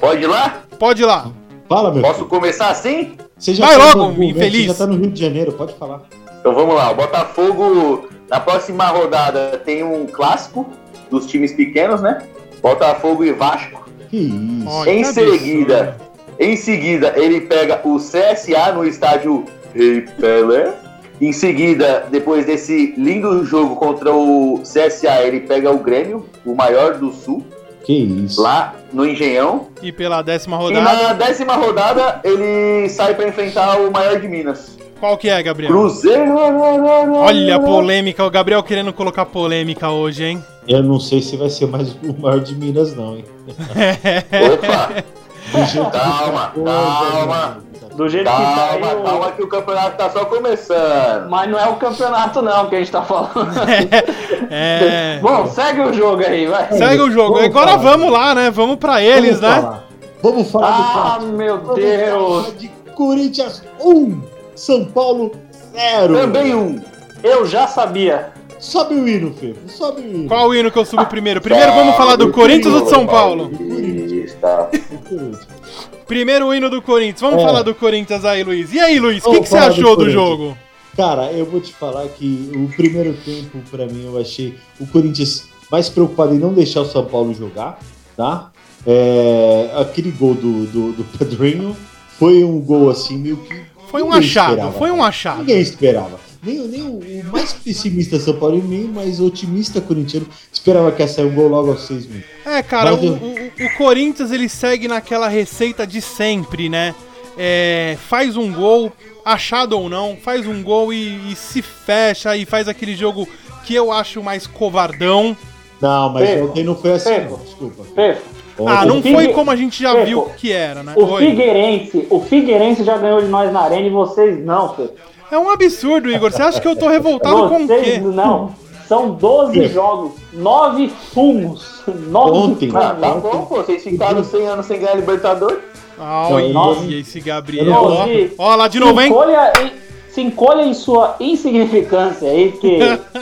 Speaker 4: Pode ir lá?
Speaker 2: Pode ir lá.
Speaker 1: Fala, meu
Speaker 4: Posso
Speaker 1: filho.
Speaker 4: começar assim?
Speaker 1: Você
Speaker 2: Vai
Speaker 1: tá
Speaker 2: logo,
Speaker 1: no Rio, né?
Speaker 2: infeliz.
Speaker 1: Você já tá no Rio de Janeiro, pode falar.
Speaker 4: Então vamos lá, o Botafogo na próxima rodada tem um clássico dos times pequenos, né? Botafogo e Vasco.
Speaker 1: Que isso.
Speaker 2: Ó,
Speaker 4: Em
Speaker 2: que absurdo.
Speaker 4: seguida. Em seguida, ele pega o CSA no estádio Rei Pelé. Em seguida, depois desse lindo jogo contra o CSA, ele pega o Grêmio, o maior do Sul,
Speaker 1: Que isso.
Speaker 4: lá no Engenhão.
Speaker 2: E pela décima
Speaker 4: E
Speaker 2: rodada,
Speaker 4: na décima rodada, ele sai para enfrentar o maior de Minas.
Speaker 2: qual que é, Gabriel?
Speaker 4: Cruzeiro.
Speaker 2: Olha a polêmica, o Gabriel querendo colocar polêmica hoje, hein?
Speaker 1: Eu não sei se vai ser mais o maior de Minas, não, hein?
Speaker 4: Opa,
Speaker 1: Do jeito que
Speaker 4: Calma,
Speaker 1: tá a coisa,
Speaker 4: calma.
Speaker 1: meu filho.
Speaker 3: Do jeito que tá aí,
Speaker 4: calma,
Speaker 3: o-
Speaker 4: calma que o campeonato tá só começando.
Speaker 3: mas não é o campeonato não que a gente tá falando.
Speaker 2: É.
Speaker 3: Bom, segue o jogo aí, vai.
Speaker 2: Segue o jogo.
Speaker 1: Vamos
Speaker 2: Agora
Speaker 1: falar.
Speaker 2: vamos lá, né? Vamos pra eles,
Speaker 1: Vamos
Speaker 2: né?
Speaker 1: falar. tá? Vamos falar do
Speaker 3: Ah,
Speaker 1: clássico.
Speaker 3: meu
Speaker 1: Vamos
Speaker 3: Deus.
Speaker 1: falar de Corinthians 1, São Paulo 0.
Speaker 4: Também um.
Speaker 3: Eu já sabia.
Speaker 1: Sobe o hino, Fefo. Sobe o hino.
Speaker 2: Qual o hino que eu subo primeiro? Primeiro vamos falar do
Speaker 4: Salve,
Speaker 2: Corinthians ou do São Paulo?
Speaker 4: Paulista.
Speaker 2: Primeiro o hino do Corinthians. Vamos
Speaker 1: É.
Speaker 2: falar do Corinthians aí, Luiz. E aí, Luiz, o que,
Speaker 1: Vamos
Speaker 2: que você
Speaker 1: falar do
Speaker 2: achou do,
Speaker 1: Corinthians.
Speaker 2: jogo?
Speaker 1: Cara, eu vou te falar que o primeiro tempo, pra mim, eu achei o Corinthians mais preocupado em não deixar o São Paulo jogar, tá? É, aquele gol do, do, do Pedrinho foi um gol assim meio que.
Speaker 2: Foi um
Speaker 1: ninguém
Speaker 2: achado,
Speaker 1: esperava,
Speaker 2: foi um
Speaker 1: cara.
Speaker 2: achado.
Speaker 1: Ninguém esperava. Nem, o- nem o, o mais pessimista São Paulo e nem o mais otimista corintiano esperava que ia sair um gol logo aos seis minutos.
Speaker 2: É, cara, o,
Speaker 1: Mas eu-
Speaker 2: o- o Corinthians ele segue naquela receita de sempre, né? É, faz um gol, achado ou não, faz um gol e, e se fecha e faz aquele jogo que eu acho mais covardão.
Speaker 1: Não, mas
Speaker 3: Ferro.
Speaker 1: ontem não foi assim,
Speaker 3: Ferro.
Speaker 1: não, desculpa.
Speaker 3: Fefo,
Speaker 2: Ah, não
Speaker 3: Figue-
Speaker 2: foi como a gente já
Speaker 3: Fê,
Speaker 2: viu
Speaker 3: pô,
Speaker 2: que era, né?
Speaker 3: O
Speaker 2: Oi.
Speaker 3: Figueirense, o Figueirense já ganhou de nós na arena e vocês não, Fê.
Speaker 2: É um absurdo, Igor. Você acha que eu tô revoltado Tá com o quê?
Speaker 3: Vocês não. São 12 jogos, 9 fumos. 9
Speaker 1: Ontem,
Speaker 4: Ah, tá
Speaker 1: Ontem-
Speaker 4: bom, pô. Vocês ficaram 100 anos sem ganhar Libertadores.
Speaker 2: Ah,
Speaker 3: Nossa.
Speaker 2: olha esse Gabriel.
Speaker 3: Eu
Speaker 2: Ó,
Speaker 3: não vi.
Speaker 2: Ó, lá de novo,
Speaker 3: se
Speaker 2: hein?
Speaker 3: encolha em, se encolha em sua insignificância aí, que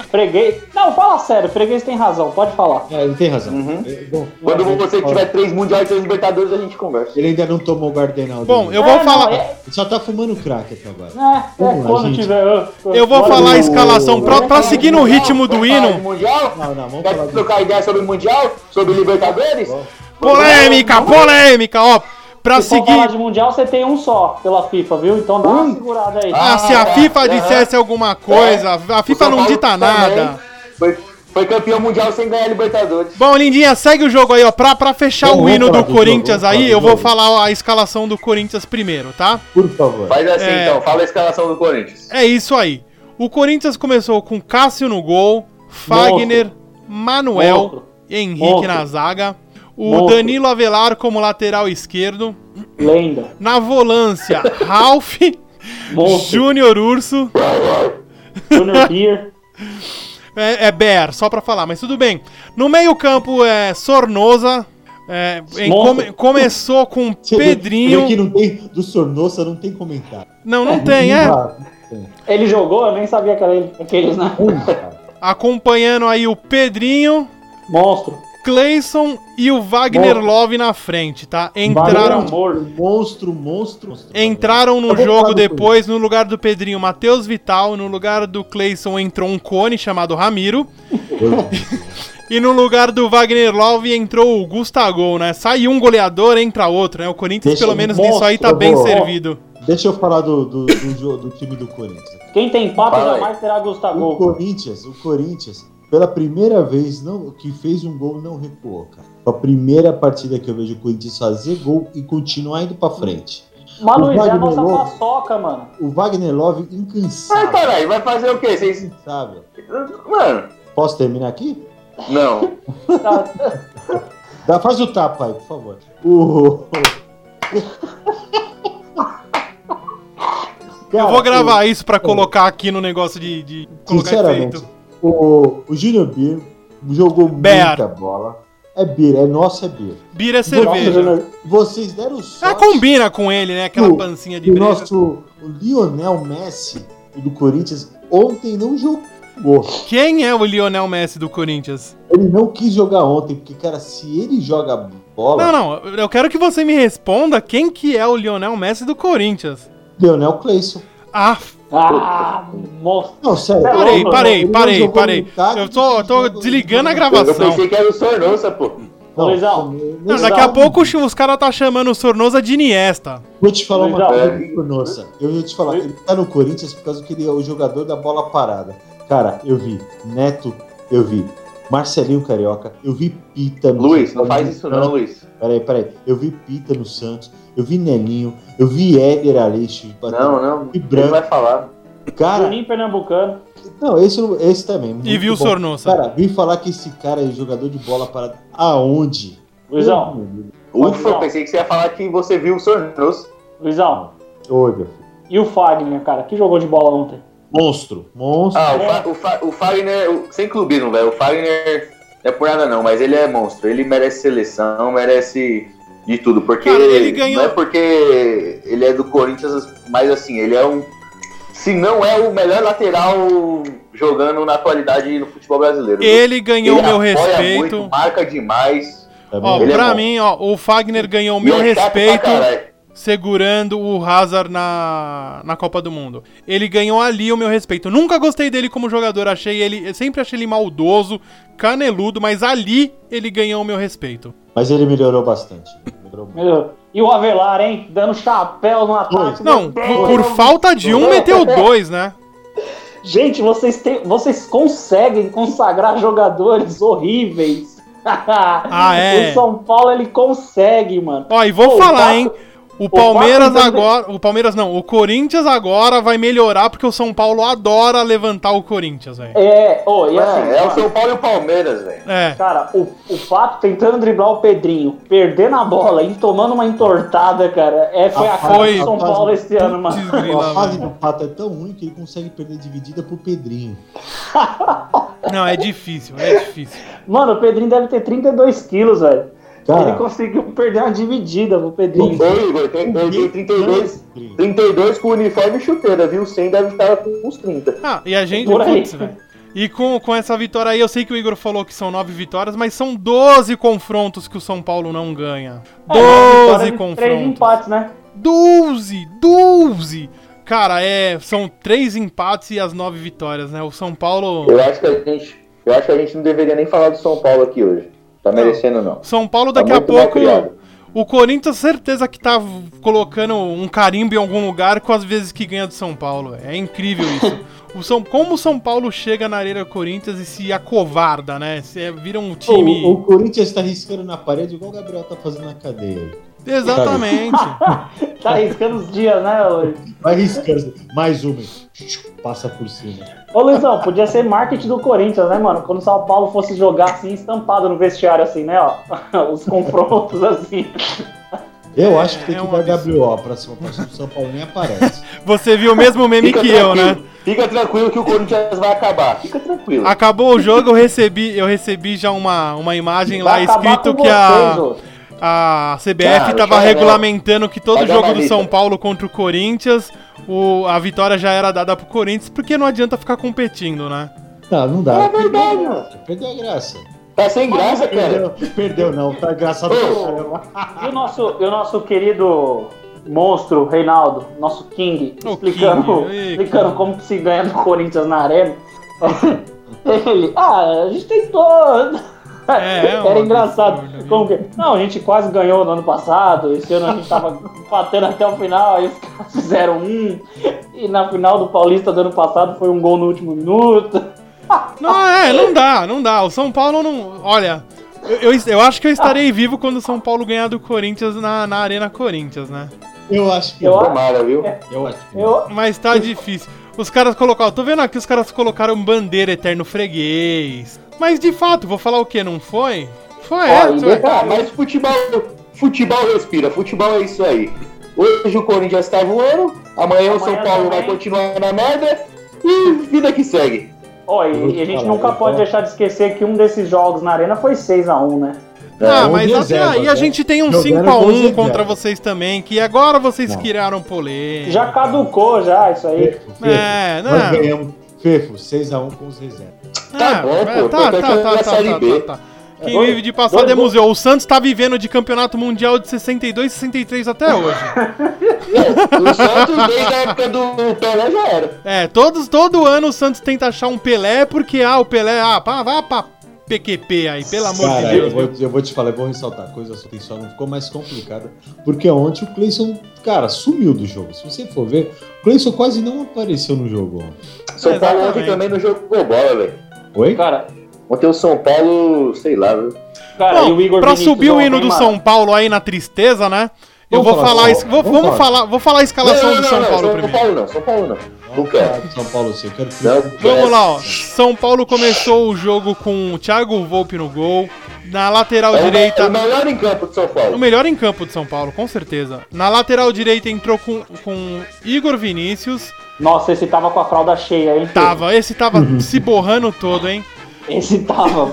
Speaker 3: freguês. Não, fala sério, freguês tem razão, pode falar.
Speaker 1: É, ele tem razão.
Speaker 4: Uhum.
Speaker 1: É, bom,
Speaker 4: Quando
Speaker 1: mas
Speaker 4: você
Speaker 1: ele-
Speaker 4: tiver três mundiais e três Libertadores, a gente conversa.
Speaker 1: Ele ainda não tomou o Gardenal.
Speaker 2: Bom,
Speaker 1: dele.
Speaker 2: eu vou
Speaker 3: É, Não,
Speaker 2: falar.
Speaker 3: é,
Speaker 1: Ele só tá fumando crack até agora.
Speaker 3: é, é
Speaker 1: Vamos lá,
Speaker 3: quando
Speaker 1: gente.
Speaker 3: tiver.
Speaker 2: Eu vou
Speaker 3: Olha,
Speaker 2: falar a
Speaker 1: eu-
Speaker 2: escalação. Pra, pra seguir no ritmo do
Speaker 4: Vamos falar de
Speaker 2: hino.
Speaker 4: Mundial?
Speaker 1: Não, não, vamos falar
Speaker 4: Quer
Speaker 1: de-
Speaker 4: trocar ideia sobre Mundial? Sobre Libertadores?
Speaker 2: Polêmica, polêmica, ó. Pra
Speaker 3: Se for falar
Speaker 2: seguir.
Speaker 3: de mundial, você tem um só pela FIFA, viu? Então dá uma segurada aí.
Speaker 2: Ah, se a
Speaker 4: Ah,
Speaker 2: FIFA
Speaker 4: aham.
Speaker 2: dissesse alguma coisa,
Speaker 3: É.
Speaker 2: a
Speaker 4: O
Speaker 2: FIFA
Speaker 4: São
Speaker 2: não
Speaker 4: Paulo
Speaker 2: dita
Speaker 4: também
Speaker 2: nada.
Speaker 4: Foi, foi campeão mundial sem ganhar Libertadores.
Speaker 2: Bom, Lindinha, segue o jogo aí, ó. Pra, pra fechar
Speaker 1: Vamos,
Speaker 2: o hino
Speaker 1: vamos
Speaker 2: do
Speaker 1: falar do jogo,
Speaker 2: Corinthians
Speaker 1: vamos falar
Speaker 2: aí,
Speaker 1: do
Speaker 2: eu vou
Speaker 1: jogo.
Speaker 2: falar a escalação do Corinthians primeiro, tá?
Speaker 1: Por favor.
Speaker 4: Faz assim
Speaker 2: É.
Speaker 4: então, fala a escalação do Corinthians.
Speaker 2: É isso aí. O Corinthians começou com Cássio no gol, Fagner, Manuel
Speaker 3: Monstro.
Speaker 2: e Henrique
Speaker 3: Monstro.
Speaker 2: na zaga. O
Speaker 3: Monstro.
Speaker 2: Danilo Avelar como lateral esquerdo.
Speaker 3: Lenda.
Speaker 2: Na volância, Ralf,
Speaker 3: Monstro.
Speaker 2: Júnior Urso.
Speaker 3: Junior Beer.
Speaker 2: É, é Ber, só pra falar, mas tudo bem. No meio-campo é Sornosa. é, em-
Speaker 3: Monstro.
Speaker 2: come- começou com
Speaker 1: Você vê-
Speaker 2: Pedrinho.
Speaker 1: vê que não tem, do Sornossa não tem comentário.
Speaker 2: Não, não tem, é.
Speaker 3: Ele jogou, eu nem sabia que era ele. Aqueles, né?
Speaker 1: Ruim, cara.
Speaker 2: Acompanhando aí o Pedrinho,
Speaker 3: Monstro.
Speaker 2: Cleison e o Wagner
Speaker 3: Monstro.
Speaker 2: Love na frente, tá?
Speaker 3: Valeu,
Speaker 2: Entraram,
Speaker 3: amor.
Speaker 1: Monstro, monstro, monstro.
Speaker 2: entraram
Speaker 1: Eu
Speaker 2: no
Speaker 1: vou
Speaker 2: jogo
Speaker 1: falar do
Speaker 2: depois, no lugar do Pedrinho, Matheus Vital, no lugar do Cleison entrou um cone chamado Ramiro. E no lugar do Wagner Love entrou o Gustavo, né? Sai um goleador, entra outro, né? O Corinthians,
Speaker 1: Deixa
Speaker 2: pelo
Speaker 1: um
Speaker 2: menos
Speaker 1: monstro,
Speaker 2: nisso aí, tá
Speaker 1: eu
Speaker 2: bem
Speaker 1: vou-
Speaker 2: servido.
Speaker 1: Deixa eu falar do, do, do, jo- do time do Corinthians.
Speaker 3: Quem tem papo
Speaker 4: Fala aí.
Speaker 3: jamais terá
Speaker 1: O
Speaker 3: Gustavo.
Speaker 1: Corinthians, o Corinthians, pela primeira vez não, que fez um gol, não recuou, cara. Foi a primeira partida que eu vejo o Corinthians fazer gol e continuar indo pra frente.
Speaker 3: Mas
Speaker 1: O
Speaker 3: Luiz é a
Speaker 1: Wagner
Speaker 3: nossa
Speaker 1: Lobo.
Speaker 3: paçoca, mano.
Speaker 1: O Wagner Love
Speaker 4: Mas
Speaker 1: incansável.
Speaker 4: caralho, vai fazer o quê? Vocês.
Speaker 1: Incansável.
Speaker 4: Mano,
Speaker 1: Posso terminar aqui?
Speaker 4: não.
Speaker 3: Tá-
Speaker 1: Dá, faz o tapa aí, por favor. O...
Speaker 2: Eu vou gravar isso pra colocar aqui no negócio de, de colocar
Speaker 1: Sinceramente,
Speaker 2: efeito.
Speaker 1: o, o Júnior Bir jogou
Speaker 2: Bear.
Speaker 1: muita bola. É Bir, é nosso, é Bir.
Speaker 2: Bira é
Speaker 3: Nossa,
Speaker 2: cerveja.
Speaker 3: Júnior.
Speaker 1: Vocês deram
Speaker 2: Ah,
Speaker 1: sorte
Speaker 2: combina com ele, né? Aquela
Speaker 1: O-
Speaker 2: pancinha de
Speaker 1: que o
Speaker 2: breja.
Speaker 1: nosso o Lionel Messi, o do Corinthians, ontem não jogou.
Speaker 2: Quem é o Lionel Messi do Corinthians?
Speaker 1: Ele não quis jogar ontem, porque, cara, se ele joga bola,
Speaker 2: Não, não, eu quero que você me responda quem que é o Lionel Messi do Corinthians.
Speaker 1: Lionel Cleison.
Speaker 2: Ah,
Speaker 3: Ah, monstro.
Speaker 1: Não, sério.
Speaker 3: Tá
Speaker 2: parei,
Speaker 3: louco,
Speaker 2: parei,
Speaker 1: ele não
Speaker 2: parei,
Speaker 1: jogou
Speaker 2: parei.
Speaker 1: metade
Speaker 2: Eu tô,
Speaker 1: do
Speaker 2: tô
Speaker 1: jogo,
Speaker 2: desligando a
Speaker 1: ele não
Speaker 4: Eu
Speaker 2: gravação.
Speaker 4: pensei que era o Sornosa, pô.
Speaker 1: Não,
Speaker 3: Luizão.
Speaker 1: nem
Speaker 2: Não,
Speaker 1: sabe.
Speaker 2: daqui a pouco os caras tá chamando o Sornosa de Iniesta.
Speaker 1: Vou te falar uma
Speaker 3: Luizão.
Speaker 1: coisa do Sornosa. Eu ia te falar,
Speaker 3: Luiz-
Speaker 1: ele tá no Corinthians por causa que ele é o jogador da bola parada. Cara, eu vi Neto, eu vi Marcelinho Carioca, eu vi Pita no
Speaker 4: Luiz, não faz isso não, Luiz.
Speaker 1: Peraí, peraí. Eu vi Pita no Santos, eu vi Neninho, eu vi Éder Aleixo.
Speaker 4: Não, não.
Speaker 1: E
Speaker 4: Ele
Speaker 1: branco.
Speaker 4: vai falar.
Speaker 1: Cara,
Speaker 3: Juninho Pernambucano.
Speaker 1: não, esse, não- esse também. muito
Speaker 2: E viu o
Speaker 1: bom.
Speaker 2: Sornosa.
Speaker 1: Cara, vim falar que esse cara é jogador de bola parada. Aonde?
Speaker 3: Luizão,
Speaker 4: Ufa,
Speaker 3: não.
Speaker 4: eu pensei que você ia falar que você viu o Sornosa.
Speaker 3: Luizão.
Speaker 1: Oi, meu filho.
Speaker 3: E o Fagner, cara, que jogou de bola ontem?
Speaker 1: Monstro. Monstro.
Speaker 4: Ah, o, Fa- o, Fa- o Fagner, o- sem clubismo, velho. O Fagner não é por nada não, mas ele é monstro. Ele merece seleção, merece de tudo. Porque
Speaker 2: Cara, ele ganhou-
Speaker 4: não é porque ele é do Corinthians, mas assim, ele é um. Se não é o melhor lateral jogando na atualidade no futebol brasileiro.
Speaker 2: Ele ganhou o
Speaker 4: Ele
Speaker 2: meu
Speaker 4: apoia
Speaker 2: respeito.
Speaker 4: muito, marca demais.
Speaker 1: Também
Speaker 2: Ah, Ó,
Speaker 1: é.
Speaker 4: Ele é
Speaker 2: pra
Speaker 4: bom.
Speaker 2: mim, ó, o Fagner ganhou o
Speaker 4: e
Speaker 2: meu
Speaker 4: é chato pra
Speaker 2: respeito
Speaker 4: caralho.
Speaker 2: segurando o Hazard na, na Copa do Mundo. Ele ganhou ali o meu respeito. Nunca gostei dele como jogador, achei ele, eu sempre achei ele maldoso, caneludo, mas ali ele ganhou o meu respeito.
Speaker 1: Mas ele melhorou bastante. Melhorou muito.
Speaker 3: Melhor. E o Avelar, hein? Dando chapéu no ataque.
Speaker 2: Não,
Speaker 3: Meu
Speaker 2: por,
Speaker 3: Deus.
Speaker 2: por falta de um, meteu dois, né?
Speaker 3: Gente, vocês, têm, vocês conseguem consagrar jogadores horríveis.
Speaker 2: é. Ah,
Speaker 3: O São Paulo, ele consegue, mano.
Speaker 2: Ó, e vou
Speaker 3: Pô,
Speaker 2: falar,
Speaker 3: o
Speaker 2: hein?
Speaker 3: Vasco-
Speaker 2: O Palmeiras
Speaker 3: Paco também-
Speaker 2: agora. O Palmeiras não, o Corinthians agora vai melhorar porque o São Paulo adora levantar o Corinthians, velho.
Speaker 3: É, ô, e assim.
Speaker 4: Mano, é o
Speaker 3: mano,
Speaker 4: São Paulo e o Palmeiras, velho.
Speaker 2: É.
Speaker 3: Cara, o, o Pato tentando driblar o Pedrinho, perdendo a bola e tomando uma entortada, cara, é, foi a,
Speaker 1: Ah,
Speaker 3: cara
Speaker 2: foi.
Speaker 3: do São Paulo esse ano, mano.
Speaker 2: Putz, grila,
Speaker 1: A fase
Speaker 2: velho.
Speaker 1: do Pato é tão ruim que ele consegue perder dividida pro Pedrinho.
Speaker 2: Não, é difícil, é difícil.
Speaker 3: Mano, o Pedrinho deve ter 32 quilos, velho.
Speaker 1: Cara.
Speaker 3: Ele conseguiu perder uma dividida pro
Speaker 4: Ô,
Speaker 3: Pedrinho.
Speaker 4: Igor, eu tenho- eu tenho 32, 32 com uniforme e chuteira, viu? 100 deve estar com uns 30.
Speaker 2: Ah, e a gente.
Speaker 3: Por aí.
Speaker 2: Putz, velho. E com, com essa vitória aí, eu sei que o Igor falou que são nove vitórias, mas são 12 confrontos que o São Paulo não ganha.
Speaker 3: É, uma
Speaker 2: 12
Speaker 3: vitória de Três
Speaker 2: confrontos.
Speaker 3: empates, né?
Speaker 2: 12! 12! Cara, é, são três empates e as nove vitórias, né? O São Paulo.
Speaker 4: Eu acho que a gente, eu acho que a gente não deveria nem falar do São Paulo aqui hoje. Tá merecendo, não.
Speaker 2: São Paulo
Speaker 4: Tá
Speaker 2: daqui a
Speaker 4: muito mal
Speaker 2: pouco.
Speaker 4: criado.
Speaker 2: O Corinthians, certeza que tá v- colocando um carimbo em algum lugar com as vezes que ganha do São Paulo. É incrível isso. O São, como o São Paulo chega na Arena Corinthians e se acovarda, né? Se é- vira um time.
Speaker 1: O, o Corinthians tá riscando na parede igual o Gabriel tá fazendo na cadeia.
Speaker 2: Exatamente.
Speaker 3: Tá arriscando os dias, né, ô-
Speaker 1: Vai riscando. Mais uma. Passa por cima.
Speaker 3: Ô Luizão, podia ser marketing do Corinthians, né, mano? Quando o São Paulo fosse jogar assim, estampado no vestiário, assim, né, ó. Os confrontos, assim.
Speaker 1: Eu acho que tem
Speaker 2: É
Speaker 1: que
Speaker 2: um
Speaker 1: dar
Speaker 2: absurdo.
Speaker 1: WO pra cima. Pra cima o São Paulo nem aparece.
Speaker 2: Você viu o mesmo meme que eu, né?
Speaker 4: tranquilo, Fica tranquilo que o Corinthians vai acabar. Fica tranquilo.
Speaker 2: Acabou o jogo, eu recebi, eu recebi já uma, uma imagem lá
Speaker 3: Vai acabar
Speaker 2: escrito
Speaker 3: com
Speaker 2: que a,
Speaker 3: vocês, ô.
Speaker 2: a CBF
Speaker 4: Cara,
Speaker 2: estava
Speaker 4: já era.
Speaker 2: regulamentando que todo
Speaker 4: Vai dar
Speaker 2: jogo
Speaker 4: uma
Speaker 2: do
Speaker 4: lista.
Speaker 2: São Paulo contra o Corinthians, o, a vitória já era dada pro Corinthians, porque não adianta ficar competindo, né?
Speaker 1: Não, Tá, não dá.
Speaker 4: É verdade, mano.
Speaker 1: Perdeu a graça.
Speaker 4: Tá sem graça, cara.
Speaker 1: Perdeu, perdeu não. Tá engraçado pra
Speaker 4: Ô.
Speaker 1: caramba.
Speaker 3: E o nosso, e o nosso querido monstro, Reinaldo, nosso King,
Speaker 2: O
Speaker 3: explicando,
Speaker 2: King, ei,
Speaker 3: explicando
Speaker 2: King.
Speaker 3: como que se ganha do Corinthians na arena. Ele, ah, a gente tentou.
Speaker 2: É, é um
Speaker 3: Era engraçado.
Speaker 2: absurdo, né?
Speaker 3: Como que- Não, a gente quase ganhou no ano passado. Esse ano a gente tava batendo até o final. Aí os caras fizeram um. E na final do Paulista do ano passado foi um gol no último minuto.
Speaker 2: Não, é, não dá, não dá. O São Paulo não. Olha, eu, eu, eu acho que eu estarei vivo quando o São Paulo ganhar do Corinthians na, na Arena Corinthians, né?
Speaker 1: Eu acho que
Speaker 3: Eu
Speaker 1: não.
Speaker 3: acho-
Speaker 4: Tomara,
Speaker 2: É,
Speaker 4: viu?
Speaker 1: Eu acho que não.
Speaker 3: Eu,
Speaker 2: Mas tá difícil. Os caras colocaram. Tô vendo aqui, os caras colocaram bandeira eterno freguês. Mas de fato, vou falar o que? Não foi? Foi,
Speaker 4: Ó,
Speaker 2: é,
Speaker 4: e
Speaker 2: foi.
Speaker 4: detalhe, mas futebol, futebol respira, futebol é isso aí. Hoje o Corinthians tá voando, amanhã, o São
Speaker 3: Amanhã
Speaker 4: Paulo
Speaker 3: também.
Speaker 4: vai continuar na merda e vida que segue.
Speaker 3: ó, e,
Speaker 1: Eu vou
Speaker 3: e a gente
Speaker 1: falar,
Speaker 3: nunca
Speaker 1: eu
Speaker 3: pode
Speaker 1: tô-
Speaker 3: deixar de esquecer que um desses jogos na arena foi 6x1, né?
Speaker 2: Ah,
Speaker 1: É,
Speaker 2: mas
Speaker 1: um
Speaker 2: até
Speaker 1: reserva,
Speaker 2: aí a
Speaker 1: né?
Speaker 2: gente tem um
Speaker 1: Jogando
Speaker 2: 5x1
Speaker 1: com
Speaker 2: contra
Speaker 1: reserva.
Speaker 2: vocês também, que agora vocês
Speaker 1: Não.
Speaker 2: criaram polêmica.
Speaker 3: É. Já caducou já isso aí.
Speaker 1: Fefo, Fefo.
Speaker 2: É,
Speaker 1: Nós
Speaker 2: não.
Speaker 1: ganhamos. Fefo, 6x1 sim com os reservas.
Speaker 2: Ah,
Speaker 4: bom,
Speaker 2: é,
Speaker 4: pô,
Speaker 2: Tá, tá,
Speaker 4: tô
Speaker 2: tá,
Speaker 4: tentando
Speaker 2: tá,
Speaker 4: na Série
Speaker 2: tá,
Speaker 4: B.
Speaker 2: tá, tá. Quem
Speaker 3: Dois-
Speaker 2: vive de passado
Speaker 3: dois
Speaker 2: é
Speaker 3: gols.
Speaker 2: museu. O Santos tá vivendo de campeonato mundial de 62 63 até hoje.
Speaker 4: O Santos desde a época do Pelé já era.
Speaker 2: É, todos, todo ano o Santos tenta achar um Pelé, porque, ah, o Pelé, ah, pá, vá pra PQP aí, pelo amor
Speaker 1: Cara,
Speaker 2: de Deus.
Speaker 1: eu vou, eu vou te falar, eu vou ressaltar. A coisa só tem só não ficou mais complicada. Porque ontem o Cleison, cara, sumiu do jogo. Se você for ver, o Cleison quase não apareceu no jogo ontem.
Speaker 4: São Paulo ontem
Speaker 2: Exatamente.
Speaker 4: também não jogou bola, velho.
Speaker 1: Oi?
Speaker 3: Cara,
Speaker 4: Ontem o São Paulo, sei lá, viu?
Speaker 3: cara e
Speaker 2: Bom,
Speaker 3: o Igor
Speaker 2: pra
Speaker 3: Vinícius é
Speaker 2: subir o
Speaker 3: ontem,
Speaker 2: hino do
Speaker 3: mano?
Speaker 2: São Paulo aí na tristeza, né? Eu
Speaker 1: Vamos
Speaker 2: vou
Speaker 1: falar do
Speaker 2: falar,
Speaker 1: São
Speaker 2: isso-
Speaker 1: Paulo,
Speaker 2: vou,
Speaker 1: vamos
Speaker 2: vamos
Speaker 1: falar.
Speaker 2: falar, vou falar a escalação do São Paulo
Speaker 4: São
Speaker 2: primeiro.
Speaker 4: Paulo não, São Paulo não. Não
Speaker 1: Vamos falar
Speaker 4: quero.
Speaker 1: do São Paulo, sim. Eu quero que
Speaker 4: Não,
Speaker 2: Vamos lá, ó. São Paulo começou o jogo com o Thiago Volpe no gol, na lateral
Speaker 4: É o,
Speaker 2: direita,
Speaker 4: é o melhor em campo de São
Speaker 2: o
Speaker 4: Paulo.
Speaker 2: melhor em campo de São Paulo, com certeza. Na lateral direita entrou com, com Igor Vinícius,
Speaker 3: Nossa, esse tava com a fralda cheia, hein? filho?
Speaker 2: tava, esse tava
Speaker 1: Uhum.
Speaker 2: se borrando todo, hein?
Speaker 3: Esse tava.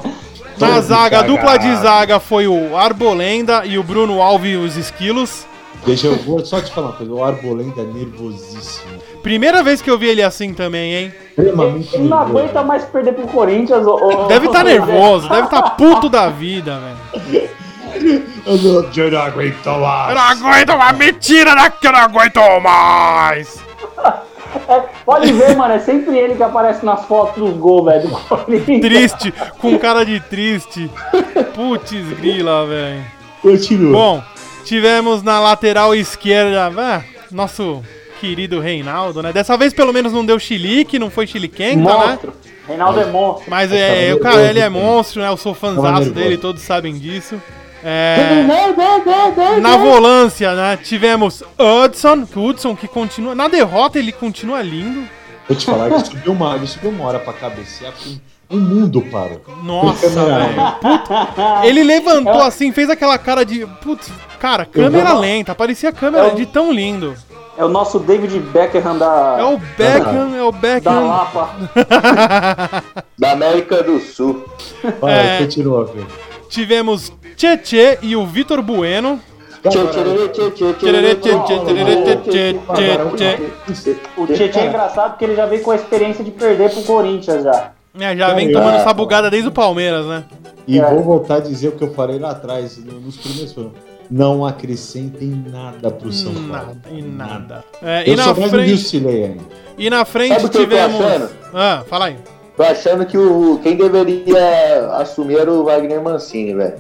Speaker 2: Na
Speaker 1: Todo
Speaker 2: zaga, a
Speaker 1: cagado.
Speaker 2: dupla de zaga foi o Arbolenda e o Bruno Alves e os Esquilos.
Speaker 1: Deixa eu vou só te falar uma coisa. O Arbolenda é nervosíssimo.
Speaker 2: Primeira vez que eu vi ele assim também, hein?
Speaker 1: Extremamente
Speaker 3: Ele não
Speaker 1: nervoso.
Speaker 3: aguenta mais perder pro Corinthians. ô- ô-
Speaker 2: Deve
Speaker 3: ô-
Speaker 2: estar nervoso, deve estar puto da vida, velho.
Speaker 1: Eu não- eu não aguento mais.
Speaker 2: aguento mais, mentira, né? Que eu não aguento mais!
Speaker 3: É, pode ver, mano, é sempre ele que aparece nas fotos dos gols, velho, do Corinthians.
Speaker 2: Triste, com cara de triste. Putz grila, velho.
Speaker 1: Continua.
Speaker 2: Bom, tivemos na lateral esquerda, ah, nosso querido Reinaldo, né? Dessa vez pelo menos não deu chilique, não foi chiliquenta, né?
Speaker 3: monstro. Reinaldo é monstro.
Speaker 2: Mas é,
Speaker 1: tava
Speaker 2: o cara,
Speaker 1: nervoso,
Speaker 2: ele é
Speaker 1: cara.
Speaker 2: monstro, né? Eu sou
Speaker 1: Tava
Speaker 2: fanzaço
Speaker 1: nervoso.
Speaker 2: dele, todos sabem disso. É, na volância, né? Tivemos Hudson, que o Hudson que continua. Na derrota, ele continua lindo.
Speaker 1: Vou te falar, ele subiu uma, ele subiu uma hora pra cabecear, porque um mundo parou.
Speaker 2: Nossa,
Speaker 1: Câmera
Speaker 2: velho.
Speaker 1: lenta.
Speaker 2: Ele levantou assim, fez aquela cara de. Putz, cara, câmera
Speaker 3: vou-
Speaker 2: lenta. Parecia câmera
Speaker 3: Eu-
Speaker 2: de tão lindo.
Speaker 3: É o nosso David Beckham da,
Speaker 2: É o Beckham, é o
Speaker 3: da
Speaker 2: Beckham.
Speaker 3: Lapa.
Speaker 4: Da América do Sul.
Speaker 1: Vai,
Speaker 2: É.
Speaker 1: continua, velho.
Speaker 2: Tivemos Tchê e o Vitor Bueno.
Speaker 4: Tchê, tchê, tchê, tchê,
Speaker 2: Tchê,
Speaker 4: tchê,
Speaker 2: tchê, tchê, tchê, tchê, tchê, tchê.
Speaker 3: O Tietchan é engraçado porque ele já veio com a experiência de perder pro Corinthians já.
Speaker 2: É, já vem tomando essa bugada desde o Palmeiras, né?
Speaker 1: E
Speaker 3: É.
Speaker 1: vou voltar a dizer o que eu falei lá atrás, no- nos primeiros programas. Não acrescentem nada pro São Paulo.
Speaker 2: Hum, Nada, e nada. É, e,
Speaker 1: Eu
Speaker 2: na
Speaker 1: sou mais um
Speaker 2: frente,
Speaker 1: Distilei ainda.
Speaker 2: e na frente
Speaker 4: Sabe o que eu tô
Speaker 2: tivemos.
Speaker 4: achando?
Speaker 2: Ah, fala aí.
Speaker 4: Tô achando que o, quem deveria assumir era o Wagner Mancini, velho.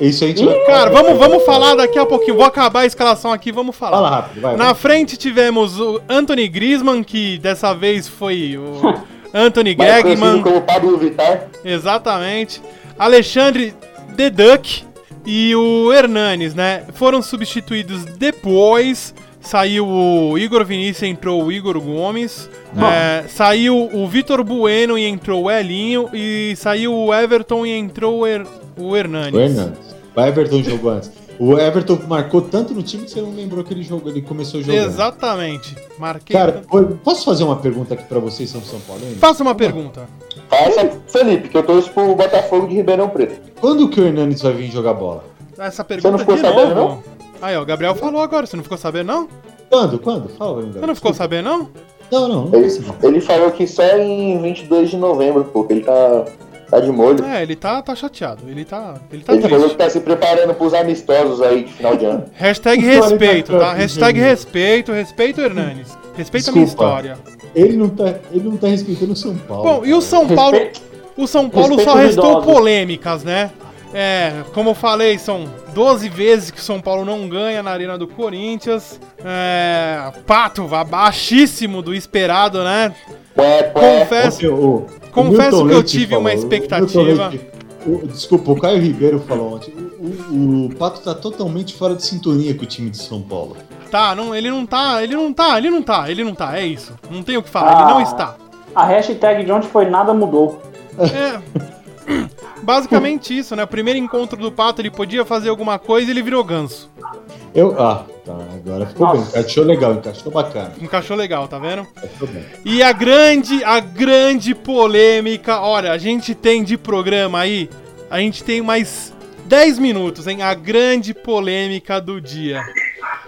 Speaker 1: Isso a gente vai...
Speaker 2: Cara, vamos, vamos falar daqui a pouquinho. Vou acabar a escalação aqui, vamos falar.
Speaker 1: Fala rápido, vai.
Speaker 2: Na
Speaker 1: vai.
Speaker 2: frente tivemos o Anthony Griezmann, que dessa vez foi o Anthony
Speaker 4: Mais é conhecido
Speaker 2: Gregman,
Speaker 4: como Pablo Vittar.
Speaker 2: exatamente. Alexandre The Duck e o Hernanes, né? Foram substituídos depois. Saiu o Igor Vinícius, entrou o Igor Gomes. É, saiu o Vitor Bueno e entrou o Elinho. E saiu o Everton e entrou o, Her o Hernanes.
Speaker 1: O Hernandes. O Everton jogou antes. O Everton marcou tanto no time que você não lembrou que ele jogou, ele começou jogando.
Speaker 2: Exatamente. Marquei.
Speaker 1: Cara, eu- posso fazer uma pergunta aqui pra vocês, são São Paulo?
Speaker 2: Faça uma pergunta.
Speaker 4: Essa é Felipe, que eu torço pro Botafogo de Ribeirão Preto.
Speaker 1: Quando que o Hernandes vai vir jogar bola?
Speaker 2: Essa
Speaker 4: não
Speaker 2: pergunta
Speaker 4: ficou
Speaker 2: de
Speaker 4: sabendo,
Speaker 2: novo. Aí, ó, o Gabriel falou agora. Você não ficou sabendo, não?
Speaker 1: Quando? Quando? Fala pra mim,
Speaker 2: Você
Speaker 1: galera.
Speaker 2: não ficou sabendo, não?
Speaker 1: Não, não, não.
Speaker 4: Ele,
Speaker 1: sei não.
Speaker 4: ele falou que só em 22 de novembro, pô, que ele tá, tá de molho.
Speaker 2: É, ele tá, tá chateado. Ele tá, ele tá
Speaker 4: Ele falou
Speaker 2: triste.
Speaker 4: que tá se preparando pros amistosos aí de final de ano.
Speaker 2: Hashtag
Speaker 1: História da
Speaker 2: respeito, tá?
Speaker 1: Copa,
Speaker 2: Hashtag
Speaker 1: gente.
Speaker 2: respeito, respeito, Hernanes. Respeita a minha
Speaker 1: Desculpa.
Speaker 2: história.
Speaker 1: Ele não tá, ele não tá respeitando o São Paulo.
Speaker 2: Bom, e o São Paulo. O São Paulo
Speaker 3: respeito
Speaker 2: só
Speaker 3: os
Speaker 2: restou
Speaker 3: idosos.
Speaker 2: polêmicas, né? É, como eu falei, são 12 vezes que o São Paulo não ganha na Arena do Corinthians. É, Pato, abaixíssimo do esperado, né?
Speaker 4: Ué, ué.
Speaker 2: Confesso.
Speaker 1: Porque o-
Speaker 2: Confesso
Speaker 1: o Milton
Speaker 2: que eu
Speaker 1: Leite
Speaker 2: tive uma
Speaker 1: o Milton
Speaker 2: expectativa.
Speaker 1: Leite- o- desculpa, o Caio Ribeiro falou ontem. O, o- o Pato tá totalmente fora de sintonia com o time de São Paulo.
Speaker 2: Tá, não, ele não tá, ele não tá, ele não tá, ele não tá, é isso. Não tem o que falar, ele
Speaker 3: Ah.
Speaker 2: não está.
Speaker 3: A hashtag de onde foi nada mudou.
Speaker 2: É. Basicamente isso, né? O primeiro encontro do Pato, ele podia fazer alguma coisa e ele virou ganso.
Speaker 1: Eu, ah, tá, agora ficou
Speaker 3: Nossa.
Speaker 1: bem. Encaixou legal, encaixou bacana.
Speaker 2: Encaixou legal, tá vendo?
Speaker 1: Encaixou bem.
Speaker 2: E a grande, a grande polêmica. Olha, a gente tem de programa aí, a gente tem mais 10 minutos, hein? A grande polêmica do dia.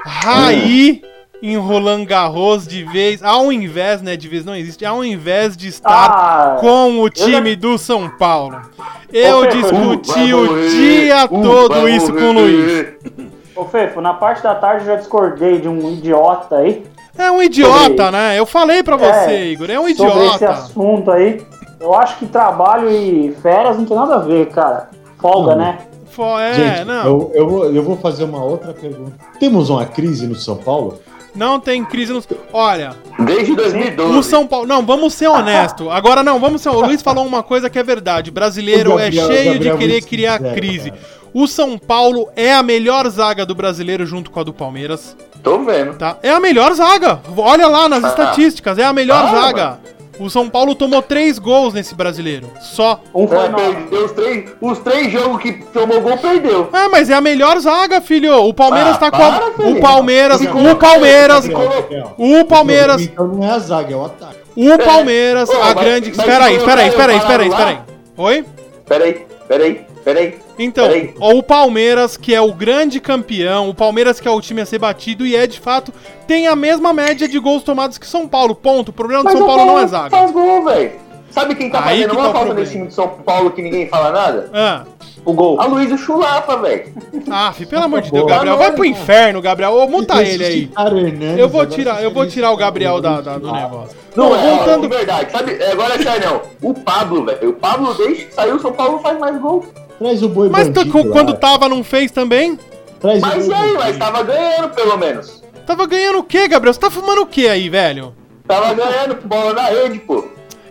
Speaker 2: Raí enrolando Garros de vez, ao invés, né? De vez não existe, ao invés de estar
Speaker 3: Ah,
Speaker 2: com o time do São Paulo.
Speaker 3: Ô,
Speaker 2: Eu
Speaker 3: Fefo,
Speaker 2: discuti
Speaker 4: Um vai
Speaker 2: o
Speaker 4: morrer,
Speaker 2: dia
Speaker 4: um
Speaker 2: todo
Speaker 4: vai
Speaker 2: isso com o
Speaker 4: morrer.
Speaker 2: Luiz.
Speaker 3: ô Fefo, na parte da tarde eu já discordei de um idiota aí.
Speaker 2: É um idiota,
Speaker 3: Sobre-
Speaker 2: né? Eu falei pra você,
Speaker 3: É,
Speaker 2: Igor, é um
Speaker 3: Sobre esse
Speaker 2: idiota.
Speaker 3: assunto aí. Eu acho que trabalho e férias não tem nada a ver, cara. Folga,
Speaker 1: Não.
Speaker 3: né?
Speaker 2: Fo- É,
Speaker 1: Gente,
Speaker 2: não.
Speaker 1: eu, eu, vou, eu vou fazer uma outra pergunta. Temos uma crise no São Paulo?
Speaker 2: Não tem crise nos. Olha,
Speaker 4: Desde
Speaker 2: o
Speaker 4: 2012.
Speaker 2: São Paulo. Não, vamos ser honesto. Agora não, vamos ser. O Luiz falou uma coisa que é verdade. O brasileiro
Speaker 1: O Gabriel-
Speaker 2: é
Speaker 1: o
Speaker 2: cheio de
Speaker 1: Gabriel
Speaker 2: querer
Speaker 1: Luiz
Speaker 2: criar
Speaker 1: quiser,
Speaker 2: crise.
Speaker 1: cara.
Speaker 2: O São Paulo é a melhor zaga do brasileiro junto com a do Palmeiras.
Speaker 4: Tô vendo.
Speaker 2: Tá? É a melhor zaga. Olha lá nas
Speaker 4: Ah.
Speaker 2: estatísticas, é a melhor
Speaker 4: Ah,
Speaker 2: zaga. O São Paulo tomou três gols nesse brasileiro. Só.
Speaker 3: Um foi
Speaker 4: É,
Speaker 3: nós.
Speaker 4: perdeu os três, os três jogos que tomou gol, perdeu.
Speaker 2: É, mas é a melhor zaga, filho. O Palmeiras
Speaker 4: Ah,
Speaker 2: tá com a...
Speaker 4: para, filho.
Speaker 2: O Palmeiras,
Speaker 4: Se
Speaker 2: o
Speaker 4: coloca-
Speaker 2: Palmeiras,
Speaker 4: se
Speaker 1: Gabriel, Gabriel.
Speaker 2: o Palmeiras,
Speaker 1: Então não é a zaga, é o ataque.
Speaker 2: o Palmeiras,
Speaker 4: Ô,
Speaker 2: a
Speaker 4: mas-
Speaker 2: grande.
Speaker 4: mas
Speaker 2: Espera aí,
Speaker 4: se
Speaker 2: espera aí,
Speaker 4: colocar
Speaker 2: espera aí,
Speaker 4: o
Speaker 2: espera aí, espera
Speaker 4: Pará
Speaker 2: aí. Oi?
Speaker 4: Peraí, peraí, peraí.
Speaker 2: Então,
Speaker 4: Peraí.
Speaker 2: ó, o Palmeiras, que é o grande campeão, o Palmeiras que é o time a ser batido e é de fato, tem a mesma média de gols tomados que São Paulo. Ponto. O problema do
Speaker 4: Mas
Speaker 2: São
Speaker 4: o
Speaker 2: Paulo não é zaga.
Speaker 4: Faz gol, velho. Sabe quem tá
Speaker 2: Aí que
Speaker 4: fazendo
Speaker 2: tá
Speaker 4: uma
Speaker 2: o
Speaker 4: falta
Speaker 2: problema.
Speaker 4: nesse time de São Paulo que ninguém fala nada?
Speaker 2: Ah,
Speaker 3: O gol.
Speaker 4: A Luísa Chulapa, velho.
Speaker 2: af, pelo amor de
Speaker 1: Acabou.
Speaker 2: Deus, Gabriel. Vai pro inferno, Gabriel. Ô, muta ele aí.
Speaker 1: Ressuscitaram o Hernandes,
Speaker 2: Eu vou
Speaker 1: agora
Speaker 2: tirar, eu vou tirar o Gabriel da, da-
Speaker 1: Ah,
Speaker 2: do negócio. Não,
Speaker 4: Não, é
Speaker 2: voltando.
Speaker 4: é verdade. Sabe, é, agora é sério, não. O Pablo, velho. O Pablo, desde que saiu, o São Paulo não faz mais gol.
Speaker 1: Traz o boi
Speaker 2: Mas tu-
Speaker 1: bandido lá.
Speaker 2: quando tava, não fez também?
Speaker 1: Traz o
Speaker 4: Mas e
Speaker 1: boi
Speaker 4: aí,
Speaker 1: bandido.
Speaker 4: mas tava ganhando, pelo menos.
Speaker 2: Tava ganhando o quê, Gabriel? Você tá fumando o quê aí, velho?
Speaker 4: Tava ganhando, bola na rede, pô.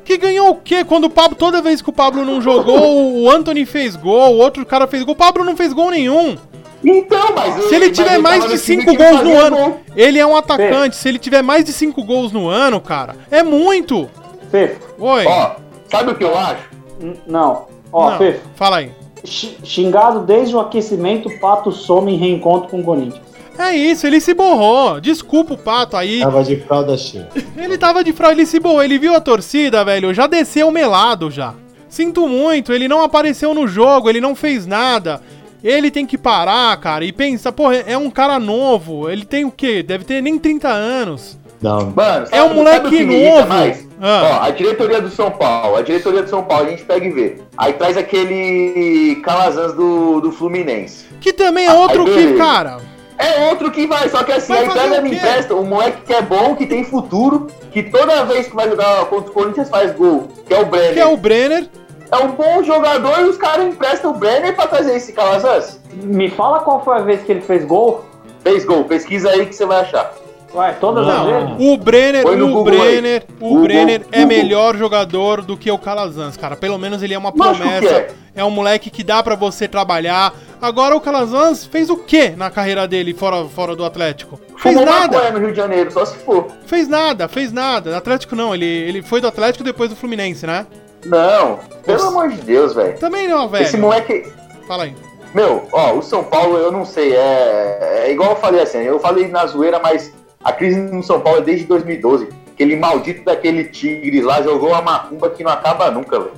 Speaker 2: Que ganhou o quê? Quando o Pablo, toda vez que o Pablo não jogou, o Anthony fez gol, o outro cara fez gol, o Pablo não fez gol nenhum.
Speaker 4: Então, mas.
Speaker 2: Se ele
Speaker 4: mas
Speaker 2: tiver
Speaker 4: tava
Speaker 2: mais
Speaker 4: no
Speaker 2: de
Speaker 4: time
Speaker 2: 5
Speaker 4: que
Speaker 2: gols
Speaker 4: fazia
Speaker 2: no ano,
Speaker 4: gol.
Speaker 2: ele é um atacante. Se ele tiver mais de 5 gols no ano, cara, é muito.
Speaker 3: Fefo,
Speaker 2: Oi.
Speaker 4: Ó, sabe o que eu acho?
Speaker 3: n- não. Ó,
Speaker 2: Não,
Speaker 3: Fefo,
Speaker 2: fala aí.
Speaker 3: xi- xingado desde o aquecimento, Pato some em reencontro com o Corinthians.
Speaker 2: É isso, ele se borrou. Desculpa o pato aí.
Speaker 1: Tava de fralda cheia.
Speaker 2: Ele tava de fraude, ele se borrou. Ele viu a torcida, velho. Já desceu melado já. Sinto muito, ele não apareceu no jogo, ele não fez nada. Ele tem que parar, cara, e pensa, porra, é um cara novo. Ele tem o quê? Deve ter nem 30 anos.
Speaker 1: Não.
Speaker 4: Mano,
Speaker 2: É um moleque
Speaker 4: sabe o que me irrita
Speaker 2: novo.
Speaker 4: mais?
Speaker 2: Ah.
Speaker 4: Ó, a diretoria do São Paulo, a diretoria do São Paulo, a gente pega e vê. Aí traz aquele Calazans do, do Fluminense.
Speaker 2: Que também é outro que,
Speaker 4: beleza.
Speaker 2: cara.
Speaker 4: É outro que vai, só que assim,
Speaker 2: Vai
Speaker 4: aí
Speaker 2: fazer o
Speaker 4: pega e me
Speaker 2: quê?
Speaker 4: empresta um moleque que é bom, que tem futuro, que toda vez que vai jogar contra o Corinthians faz gol, que é o Brenner.
Speaker 2: Que é o Brenner.
Speaker 4: É um bom jogador e os caras emprestam o Brenner pra trazer esse Calazans.
Speaker 3: Me fala qual foi a vez que ele fez gol?
Speaker 4: Fez gol, pesquisa aí que você vai achar.
Speaker 3: Vai, todas
Speaker 1: Não.
Speaker 3: as vezes?
Speaker 2: O Brenner,
Speaker 4: Põe no
Speaker 2: o
Speaker 4: Google aí.
Speaker 2: Brenner, o
Speaker 4: Google,
Speaker 2: Brenner é
Speaker 4: Google.
Speaker 2: melhor jogador do que o Calazans, cara. Pelo menos ele é uma
Speaker 4: Lógico
Speaker 2: promessa.
Speaker 4: que é.
Speaker 2: é. um moleque que dá pra você trabalhar. Agora o Calazans fez o quê na carreira dele fora, fora do Atlético? Fez
Speaker 4: Fumou
Speaker 2: nada,
Speaker 4: maconha no Rio de Janeiro, só se for.
Speaker 2: fez nada, fez nada. Atlético não, ele, ele foi do Atlético depois do Fluminense, né?
Speaker 4: Não, pelo amor de Deus, velho.
Speaker 2: Também não, velho.
Speaker 4: Esse moleque,
Speaker 2: Fala aí.
Speaker 4: Meu, ó, o São Paulo, eu não sei, é, é igual eu falei assim, eu falei na zoeira, mas a crise no São Paulo é desde 2012. Aquele maldito daquele Tigres lá jogou uma macumba que não acaba nunca, velho.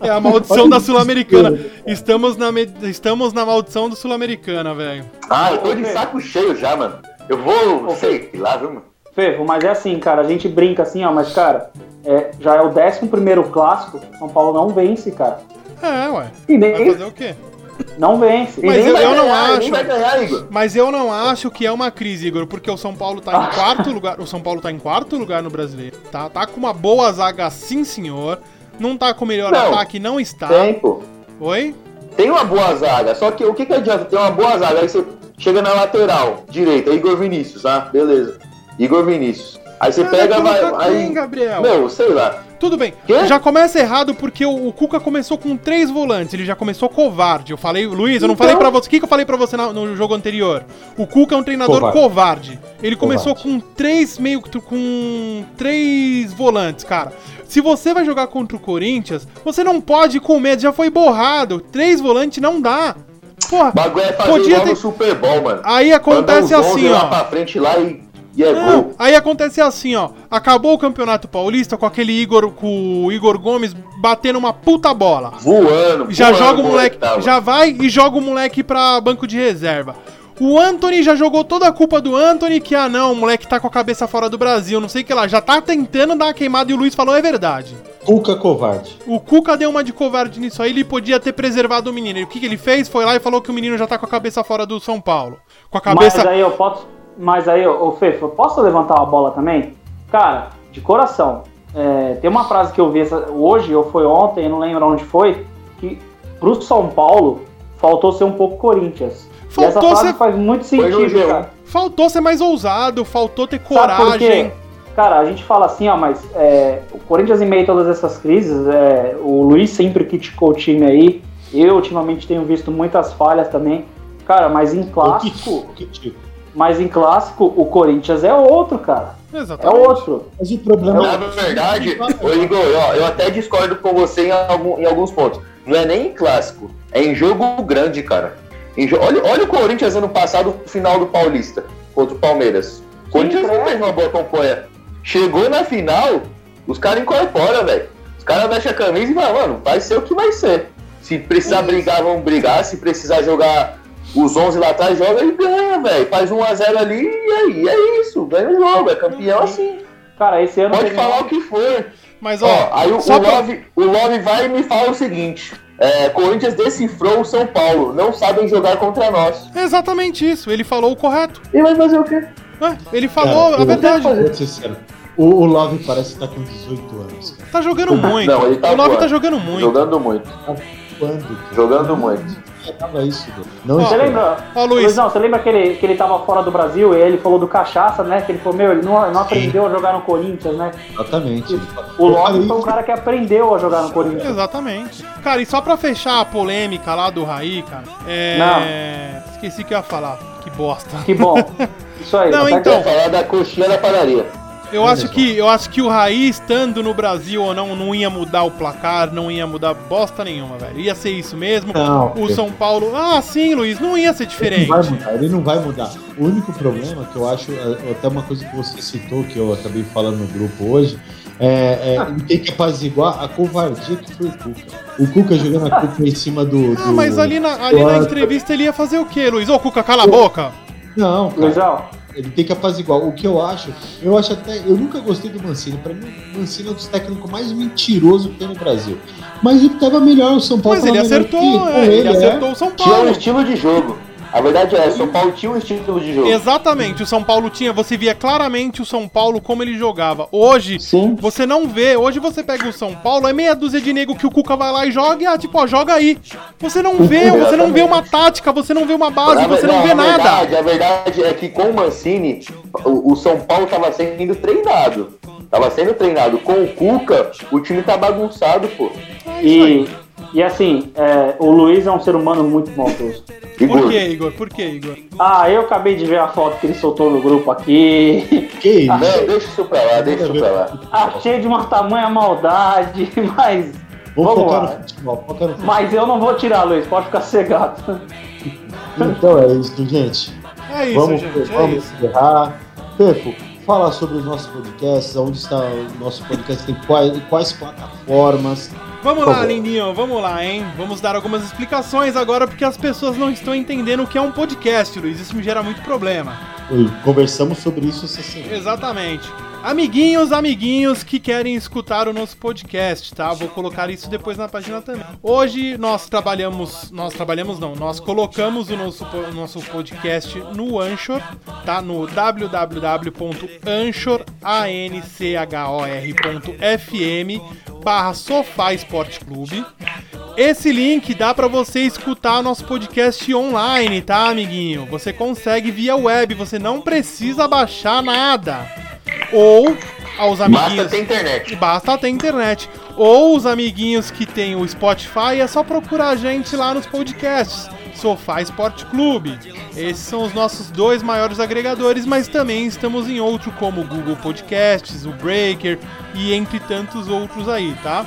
Speaker 2: É a maldição da Sul-Americana. Estamos na, me- estamos na maldição do Sul-Americana, velho.
Speaker 4: Ah, eu tô
Speaker 3: Ô,
Speaker 4: de
Speaker 3: Fê.
Speaker 4: saco cheio já, mano. Eu vou,
Speaker 3: Ô,
Speaker 4: sei lá, viu, mano?
Speaker 3: Ferro, mas é assim, cara, a gente brinca assim, ó, mas, cara, é, já é o 11 primeiro clássico, São Paulo não vence, cara.
Speaker 2: É, ué.
Speaker 3: E
Speaker 2: Vai
Speaker 3: nem
Speaker 2: fazer o quê?
Speaker 3: não vence.
Speaker 2: Mas
Speaker 4: Nem
Speaker 2: eu-
Speaker 4: vai
Speaker 2: eu não
Speaker 4: ganhar, nem
Speaker 2: acho.
Speaker 4: vai ganhar, Igor.
Speaker 2: Mas eu não acho que é uma crise, Igor, porque o São Paulo tá em quarto lugar. O São Paulo tá em quarto lugar no brasileiro. Tá, tá com uma boa zaga, sim, senhor. Não tá com o melhor
Speaker 4: Não.
Speaker 2: ataque, não
Speaker 3: Tá.
Speaker 2: está.
Speaker 4: Tem, pô.
Speaker 2: Oi?
Speaker 4: Tem uma boa zaga, só que o que que adianta ter uma boa zaga? Aí você chega na lateral direita, Igor Vinícius, tá? Beleza. Igor Vinícius. Aí você
Speaker 2: Ah,
Speaker 3: é
Speaker 4: pega, vai,
Speaker 2: colocar quem,
Speaker 4: aí...
Speaker 2: Gabriel?
Speaker 4: Meu, sei lá.
Speaker 2: Tudo bem.
Speaker 4: Quê?
Speaker 2: Já começa errado porque o, o Cuca começou com três volantes. Ele já começou covarde. Eu falei, Luiz, eu não
Speaker 4: Então-
Speaker 2: falei pra você. O que, que eu falei pra você na- no jogo anterior? O Cuca é um treinador
Speaker 1: Covarde.
Speaker 2: covarde. Ele começou com três meio com três volantes, cara. Se você vai jogar contra o Corinthians, você não pode ir com medo. Já foi borrado. Três volantes não dá. Porra.
Speaker 4: O bagulho é fazer
Speaker 2: Podia
Speaker 4: igual
Speaker 2: ter-
Speaker 4: no Super Bowl, mano.
Speaker 2: Aí acontece
Speaker 4: Mandar os
Speaker 2: assim,
Speaker 4: 11 lá
Speaker 2: ó.
Speaker 4: pra frente lá e, e é
Speaker 2: Não,
Speaker 4: gol.
Speaker 2: aí acontece assim, ó. Acabou o Campeonato Paulista com aquele Igor, com o Igor Gomes batendo uma puta bola.
Speaker 4: Voando.
Speaker 2: Já
Speaker 4: voando, tá,
Speaker 2: joga o moleque,
Speaker 4: tava.
Speaker 2: já vai e joga o moleque pra banco de reserva. O Anthony já jogou toda a culpa do Anthony, que ah não, o moleque tá com a cabeça fora do Brasil, não sei o que lá, já tá tentando dar uma queimada e o Luiz falou é verdade.
Speaker 1: Cuca covarde.
Speaker 2: O Cuca deu uma de covarde nisso aí, ele podia ter preservado o menino. E o que, que ele fez? Foi lá e falou que o menino já tá com a cabeça fora do São Paulo. Com a cabeça.
Speaker 3: Mas aí eu posso. Mas aí, ô ô, Fefo, eu posso levantar uma bola também? Cara, de coração. é, tem uma frase que eu vi essa- hoje, ou foi ontem, eu não lembro onde foi, que pro São Paulo faltou ser um pouco Corinthians. e essa
Speaker 2: Faltou
Speaker 3: frase
Speaker 2: ser-
Speaker 3: faz muito
Speaker 4: Foi no
Speaker 3: sentido,
Speaker 4: G1.
Speaker 3: cara.
Speaker 2: Faltou ser mais ousado, faltou ter
Speaker 3: Sabe por quê?
Speaker 2: coragem.
Speaker 3: Cara, a gente fala assim, ó, mas é, o Corinthians em meio a todas essas crises, é, o Luiz sempre criticou o time aí. Eu ultimamente tenho visto muitas falhas também. Cara, mas em clássico.
Speaker 1: O que- o que tipo?
Speaker 3: Mas em clássico, o Corinthians é outro, cara. É
Speaker 2: Exatamente.
Speaker 3: outro.
Speaker 1: Mas o problema é
Speaker 4: Na É verdade, ô Igor, ó, eu até discordo com você em, algum- em alguns pontos. Não é nem em clássico, é em jogo grande, cara. Em jo- olha, olha o Corinthians ano passado, final do Paulista, contra o Palmeiras. O Corinthians não
Speaker 3: credo.
Speaker 4: fez uma boa campanha. Chegou na final, os caras incorporam, velho. Os caras vestem a camisa e vai, mano, vai ser o que vai ser. Se precisar brigar, vão brigar. Se precisar jogar os 11 lá atrás, joga e ganha, velho. Faz 1x0 ali e aí é isso. Ganha o jogo, é campeão assim.
Speaker 3: Cara, esse ano.
Speaker 4: Pode
Speaker 3: teve- um-
Speaker 4: falar o que for.
Speaker 2: Mas ó,
Speaker 4: Ó, aí o,
Speaker 2: só
Speaker 4: o
Speaker 2: pra-
Speaker 4: Love, o Love vai e me fala o seguinte: é, Corinthians decifrou o São Paulo, não sabem jogar contra nós.
Speaker 2: é exatamente isso. Ele falou o correto.
Speaker 4: E vai fazer o quê?
Speaker 2: Ué, ele falou
Speaker 1: Cara,
Speaker 2: a é verdade.
Speaker 1: Eu, vou ser sincero. O, o Love parece que tá com 18 anos, cara.
Speaker 2: Tá jogando muito.
Speaker 4: Não, ele tá
Speaker 2: o Love
Speaker 4: voando.
Speaker 2: tá jogando muito.
Speaker 4: Jogando muito,
Speaker 1: Quando? cara?
Speaker 4: jogando muito.
Speaker 1: esperava isso, velho. Não
Speaker 3: Você
Speaker 1: esperava.
Speaker 3: lembra?
Speaker 2: Ó, Luiz.
Speaker 3: Luizão, você lembra que ele, que ele tava fora do Brasil e ele falou do cachaça, né? Que ele falou, meu, ele não, não aprendeu a jogar no Corinthians, né?
Speaker 1: Exatamente.
Speaker 3: O
Speaker 1: Eu
Speaker 3: Lopes
Speaker 1: falei
Speaker 3: foi um
Speaker 1: isso.
Speaker 3: cara que aprendeu a jogar no Corinthians.
Speaker 2: Exatamente. Cara, e só pra fechar a polêmica lá do Raí, cara, é.
Speaker 3: Não.
Speaker 2: Esqueci o que eu ia falar. Que bosta.
Speaker 3: Que bom. Isso aí. tá
Speaker 2: Não,
Speaker 3: até que-
Speaker 2: então.
Speaker 4: falar da coxinha da padaria.
Speaker 2: Eu acho que eu acho que o Raí estando no Brasil ou não não ia mudar o placar, não ia mudar bosta nenhuma, velho. Ia ser isso mesmo.
Speaker 1: Não,
Speaker 2: o
Speaker 1: porque-
Speaker 2: São Paulo. Ah, sim, Luiz, não ia ser
Speaker 1: Ele
Speaker 2: diferente.
Speaker 1: não vai mudar, ele não vai mudar. O único problema que eu acho, é, até uma coisa que você citou, que eu acabei falando no grupo hoje, é, é ele tem que apaziguar a covardia que foi o Cuca. O Cuca jogando a culpa em cima do.
Speaker 2: Ah,
Speaker 1: do-
Speaker 2: mas ali na, ali na
Speaker 1: Claro.
Speaker 2: entrevista ele ia fazer o quê, Luiz? Ô, Cuca, cala a boca.
Speaker 1: Não, cara,
Speaker 3: Luizão,
Speaker 1: ele tem que apaziguar. O que eu acho, eu acho até. Eu nunca gostei do Mancini. Pra mim, o Mancini é um dos técnicos mais mentiroso que tem no Brasil. Mas ele tava melhor, o São Paulo
Speaker 2: Mas ele
Speaker 1: tava melhor
Speaker 2: acertou,
Speaker 1: que
Speaker 2: é,
Speaker 1: com
Speaker 2: ele
Speaker 1: é.
Speaker 2: acertou o São
Speaker 4: Tinha um
Speaker 2: Paulo.
Speaker 4: estilo de jogo. A verdade é, São Paulo tinha um estilo de jogo.
Speaker 2: Exatamente, o São Paulo tinha, você via claramente o São Paulo como ele jogava. Hoje,
Speaker 3: sim.
Speaker 2: Você não vê, hoje você pega o São Paulo, é meia dúzia de nego que o Cuca vai lá e joga e, ah, tipo, ó, joga aí. Você não vê, você não vê uma tática, você não vê uma base,
Speaker 4: Na
Speaker 2: você não
Speaker 4: verdade-
Speaker 2: vê
Speaker 4: a
Speaker 2: nada.
Speaker 4: Verdade, a verdade é que com o Mancini, o, o São Paulo estava sendo treinado. Tava sendo treinado. Com o Cuca, o time tá bagunçado, pô.
Speaker 2: É
Speaker 3: E, e assim, é, o Luiz é um ser humano muito maldoso.
Speaker 4: E
Speaker 2: Por
Speaker 4: gordo.
Speaker 2: que, Igor? Por que, Igor?
Speaker 3: Ah, eu acabei de ver a foto que ele soltou no grupo aqui.
Speaker 1: Que isso?
Speaker 4: Ah, Não, deixa isso pra lá, deixa isso pra lá.
Speaker 3: Achei de uma tamanha maldade, mas.
Speaker 1: Vamos,
Speaker 3: Vamos
Speaker 1: focar
Speaker 3: lá.
Speaker 1: no futebol. Focar no futebol.
Speaker 3: Mas eu não vou tirar, Luiz, pode ficar cegado.
Speaker 1: Então é isso, gente.
Speaker 2: É isso,
Speaker 1: vamos
Speaker 2: gente, é
Speaker 1: vamos
Speaker 2: isso.
Speaker 1: encerrar. Pepo, fala sobre os nossos podcasts, onde está o nosso podcast, tem quais, quais plataformas.
Speaker 2: Vamos
Speaker 1: Por
Speaker 2: lá,
Speaker 1: favor.
Speaker 2: lindinho, vamos lá, hein? Vamos dar algumas explicações agora, porque as pessoas não estão entendendo o que é um podcast, Luiz. Isso me gera muito problema.
Speaker 1: E Conversamos sobre isso essa semana.
Speaker 2: Exatamente. Amiguinhos, amiguinhos que querem escutar o nosso podcast, tá? Vou colocar isso depois na página também. Hoje nós trabalhamos, nós trabalhamos não, nós colocamos o nosso, po- o nosso podcast no Anchor, tá? No www.anchor.anchor.fm barra Sofá Esporte Clube. Esse link dá pra você escutar nosso podcast online, tá, amiguinho? Você consegue via web, você não precisa baixar nada. Ou aos
Speaker 4: Basta
Speaker 2: amiguinhos.
Speaker 4: ter internet.
Speaker 2: Basta ter internet. Ou os amiguinhos que tem o Spotify, é só procurar a gente lá nos podcasts. Sofá Esporte Clube. Esses são os nossos dois maiores agregadores, mas também estamos em outro como o Google Podcasts, o Breaker e entre tantos outros aí, tá?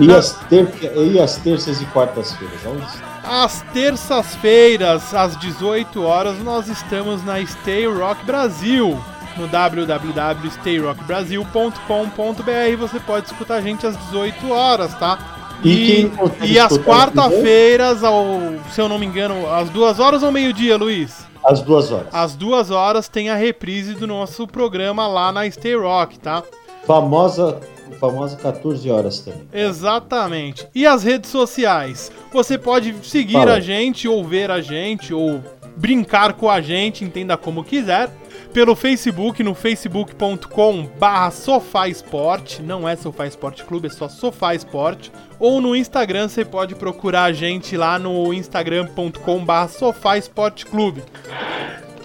Speaker 1: E as, ter- e as terças e quartas-feiras. Onde está?
Speaker 2: Às terças-feiras, às 18 horas, nós estamos na Stay Rock Brasil. No www.stayrockbrasil.com.br você pode escutar a gente às 18 horas, tá?
Speaker 1: E
Speaker 2: E,
Speaker 1: quem consegue
Speaker 2: e às
Speaker 1: escutar esse
Speaker 2: quarta-feiras, ao, se eu não me engano, às duas horas ou meio-dia, Luiz?
Speaker 1: Às duas horas.
Speaker 2: Às duas horas tem a reprise do nosso programa lá na Stay Rock, tá?
Speaker 1: Famosa, famosa 14 horas também.
Speaker 2: Exatamente. E as redes sociais? Você pode seguir
Speaker 1: Fala.
Speaker 2: a gente, ou ver a gente, ou brincar com a gente, entenda como quiser. Pelo Facebook, no facebook.com barra Sofá Esporte, não é Sofá Esporte Clube, é só Sofá Esporte. Ou no Instagram, você pode procurar a gente lá no instagram.com barra Sofá Esporte Clube.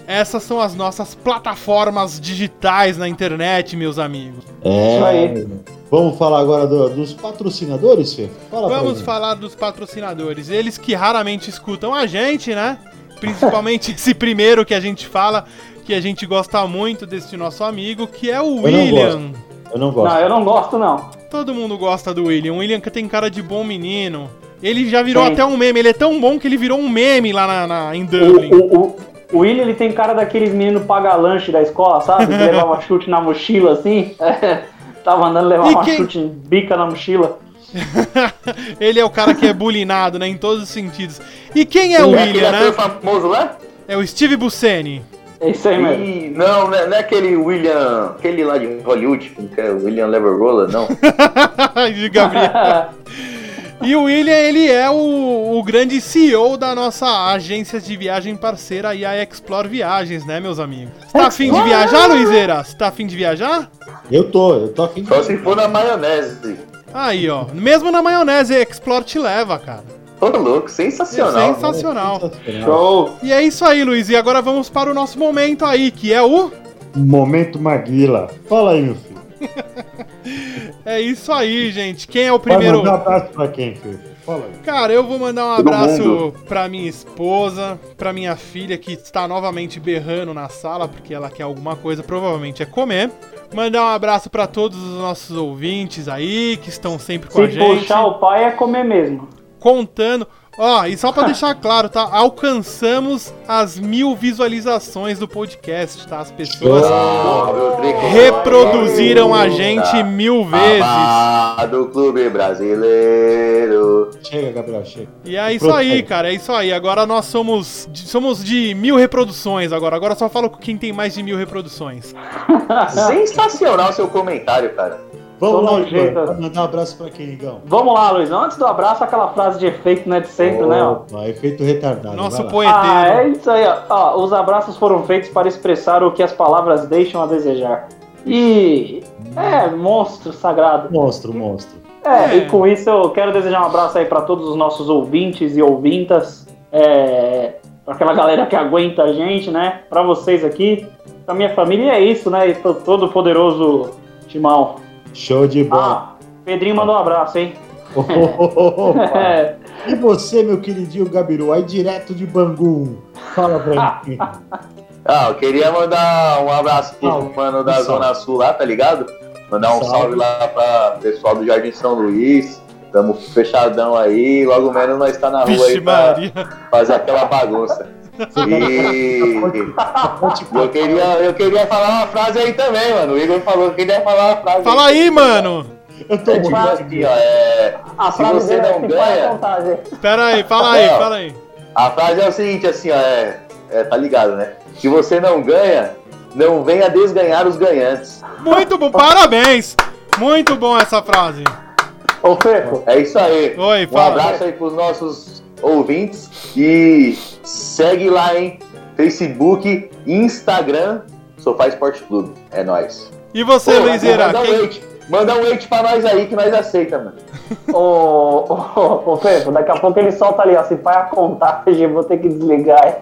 Speaker 2: Essas são as nossas plataformas digitais na internet, meus amigos.
Speaker 1: É.
Speaker 3: Isso aí.
Speaker 1: Vamos falar agora do- dos patrocinadores, Fê? Fala pra
Speaker 2: Vamos
Speaker 1: gente.
Speaker 2: falar dos patrocinadores. Eles que raramente escutam a gente, né? Principalmente esse primeiro que a gente fala, que a gente gosta muito desse nosso amigo, que é o
Speaker 1: Eu não
Speaker 2: William.
Speaker 1: Eu não gosto.
Speaker 3: Não, eu não gosto, não.
Speaker 2: Todo mundo gosta do William. O William que tem cara de bom menino. Ele já virou
Speaker 3: Sim.
Speaker 2: até um meme. Ele é tão bom que ele virou um meme lá na, na- em Dublin.
Speaker 3: O, o, o, o William, ele tem cara daqueles meninos paga-lanche da escola, sabe? Que levava chute na mochila, assim. Tava andando levar
Speaker 2: E
Speaker 3: uma
Speaker 2: quem-
Speaker 3: chute bica na mochila.
Speaker 2: ele é o cara que é bulinado, né? Em todos os sentidos. E quem é o
Speaker 4: É aquele
Speaker 2: William,
Speaker 4: ator
Speaker 2: né?
Speaker 4: famoso lá?
Speaker 2: É o Steve Buscemi.
Speaker 3: É isso aí mesmo.
Speaker 4: Ih, não, não é, não é aquele William. Aquele lá de Hollywood, que é o William Levergola, não.
Speaker 2: de Gabriel. E o William, ele é o, o grande CEO da nossa agência de viagem parceira, aí, a Explore Viagens, né, meus amigos? Você tá afim de viajar, Luizeira? Você tá afim de viajar?
Speaker 1: Eu tô, eu tô afim de.
Speaker 4: Só se for na maionese.
Speaker 2: Aí, ó. Mesmo na maionese, a Explore te leva, cara.
Speaker 4: Ô, louco, sensacional.
Speaker 2: Sensacional. E é isso aí, Luiz. E agora vamos para o nosso momento aí, que é o.
Speaker 1: Momento Maguila. Fala aí, meu filho.
Speaker 2: É isso aí, gente. Quem é o
Speaker 1: Vai
Speaker 2: primeiro?
Speaker 1: mandar um abraço pra quem, filho? Fala aí.
Speaker 2: Cara, eu vou mandar um
Speaker 4: Todo
Speaker 2: abraço
Speaker 4: mundo.
Speaker 2: pra minha esposa, pra minha filha que está novamente berrando na sala porque ela quer alguma coisa, provavelmente é comer. Mandar um abraço pra todos os nossos ouvintes aí que estão sempre com a
Speaker 3: Se
Speaker 2: gente,
Speaker 3: puxar o pai é comer mesmo.
Speaker 2: contando. Ó, e só pra deixar claro, tá? Alcançamos as mil visualizações do podcast, tá? As pessoas
Speaker 4: Ó, meu tricolor.
Speaker 2: reproduziram a gente
Speaker 4: Tá
Speaker 2: mil vezes.
Speaker 4: do clube brasileiro.
Speaker 1: Chega, Gabriel, chega.
Speaker 2: E é isso aí, cara, é isso aí. Agora nós somos de, somos de mil reproduções agora. Agora só falo com quem tem mais de mil reproduções.
Speaker 3: Ah.
Speaker 4: Ah, Sensacional seu comentário, cara.
Speaker 1: Vamos
Speaker 3: Todo
Speaker 1: lá,
Speaker 3: jeito.
Speaker 1: Igão. Vai mandar um abraço pra quem, Igão?
Speaker 3: Vamos lá, Luiz. Antes do abraço, aquela frase de efeito, né? De sempre,
Speaker 1: Oh.
Speaker 3: né? ó.
Speaker 1: Opa, efeito retardado. vai
Speaker 2: Nosso
Speaker 1: lá.
Speaker 3: Ah,
Speaker 2: poeteiro.
Speaker 3: é isso aí. ó. Ó, os abraços foram feitos para expressar o que as palavras deixam a desejar. E é monstro sagrado.
Speaker 1: Monstro, monstro.
Speaker 3: É,
Speaker 2: É.
Speaker 3: e com isso eu quero desejar um abraço aí para todos os nossos ouvintes e ouvintas, é, para aquela galera que aguenta a gente, né? Para vocês aqui, para minha família e é isso, né? E pro todo poderoso Timão.
Speaker 1: Show de bola.
Speaker 3: Ah, Pedrinho mandou um abraço, hein?
Speaker 1: Ah. Opa. E você, meu queridinho Gabiru, aí direto de Bangu, fala pra mim.
Speaker 4: Ah, eu queria mandar um abraço pro
Speaker 1: Salve.
Speaker 4: mano da
Speaker 1: Um salve.
Speaker 4: Zona Sul lá, tá ligado? Mandar um
Speaker 1: Salve.
Speaker 4: salve, lá pra pessoal do Jardim São Luís. Tamo fechadão aí, logo menos nós tá na rua
Speaker 2: Vixe,
Speaker 4: aí pra
Speaker 2: Maria.
Speaker 4: fazer aquela bagunça. E
Speaker 1: Ponte
Speaker 4: eu queria, eu queria falar uma frase aí também, mano. O Igor falou que queria falar uma frase.
Speaker 2: Fala aí, mano.
Speaker 1: Eu tô
Speaker 4: É tipo
Speaker 1: muito
Speaker 4: assim, ó, é,
Speaker 3: A
Speaker 4: Se frase você dele é não ficar à ganha-
Speaker 2: Pera aí, fala aí, fala aí.
Speaker 4: A frase é o seguinte, assim, ó, é, é, tá ligado, né? Se você não ganha, não venha desganhar os ganhantes.
Speaker 2: Muito bom, parabéns. Muito bom essa frase.
Speaker 3: Ô, Feco,
Speaker 4: É isso aí.
Speaker 2: Oi,
Speaker 4: Um
Speaker 2: fala.
Speaker 4: abraço aí pros nossos ouvintes e segue lá, hein? Facebook, Instagram, Sofá Esporte Clube. É nóis.
Speaker 2: E você,
Speaker 4: Pô,
Speaker 2: Luizera?
Speaker 4: Manda um
Speaker 2: Quem...
Speaker 4: leite. Manda um leite pra nós aí que nós aceita, mano.
Speaker 3: ô, ô, ô, Feco, daqui a pouco ele solta ali, ó. Se vai a contagem, eu vou ter que desligar.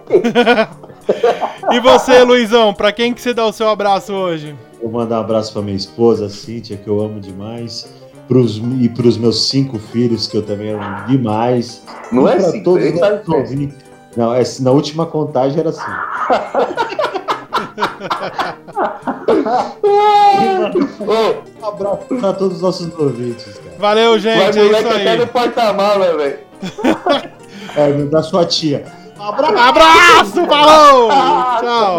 Speaker 2: E você, Luizão? Pra quem que você dá o seu abraço hoje?
Speaker 1: Vou mandar um abraço pra minha esposa, Cíntia, que eu amo demais. Pros, e pros meus cinco filhos, que eu também amo demais.
Speaker 4: Não
Speaker 1: e
Speaker 4: é
Speaker 1: pra
Speaker 4: assim,
Speaker 1: todos
Speaker 4: ele
Speaker 1: os
Speaker 4: sabe
Speaker 1: nossos
Speaker 4: que
Speaker 1: ouvintes. Não, é, na última contagem era assim.
Speaker 4: Ô,
Speaker 1: Um abraço pra todos os nossos ouvintes, cara.
Speaker 2: Valeu,
Speaker 4: vai
Speaker 2: gente. É
Speaker 4: moleque
Speaker 2: isso
Speaker 4: até no
Speaker 2: aí.
Speaker 4: porta-mala, velho.
Speaker 1: É, da sua tia. Um abraço!
Speaker 2: Abraço, falou! Tchau.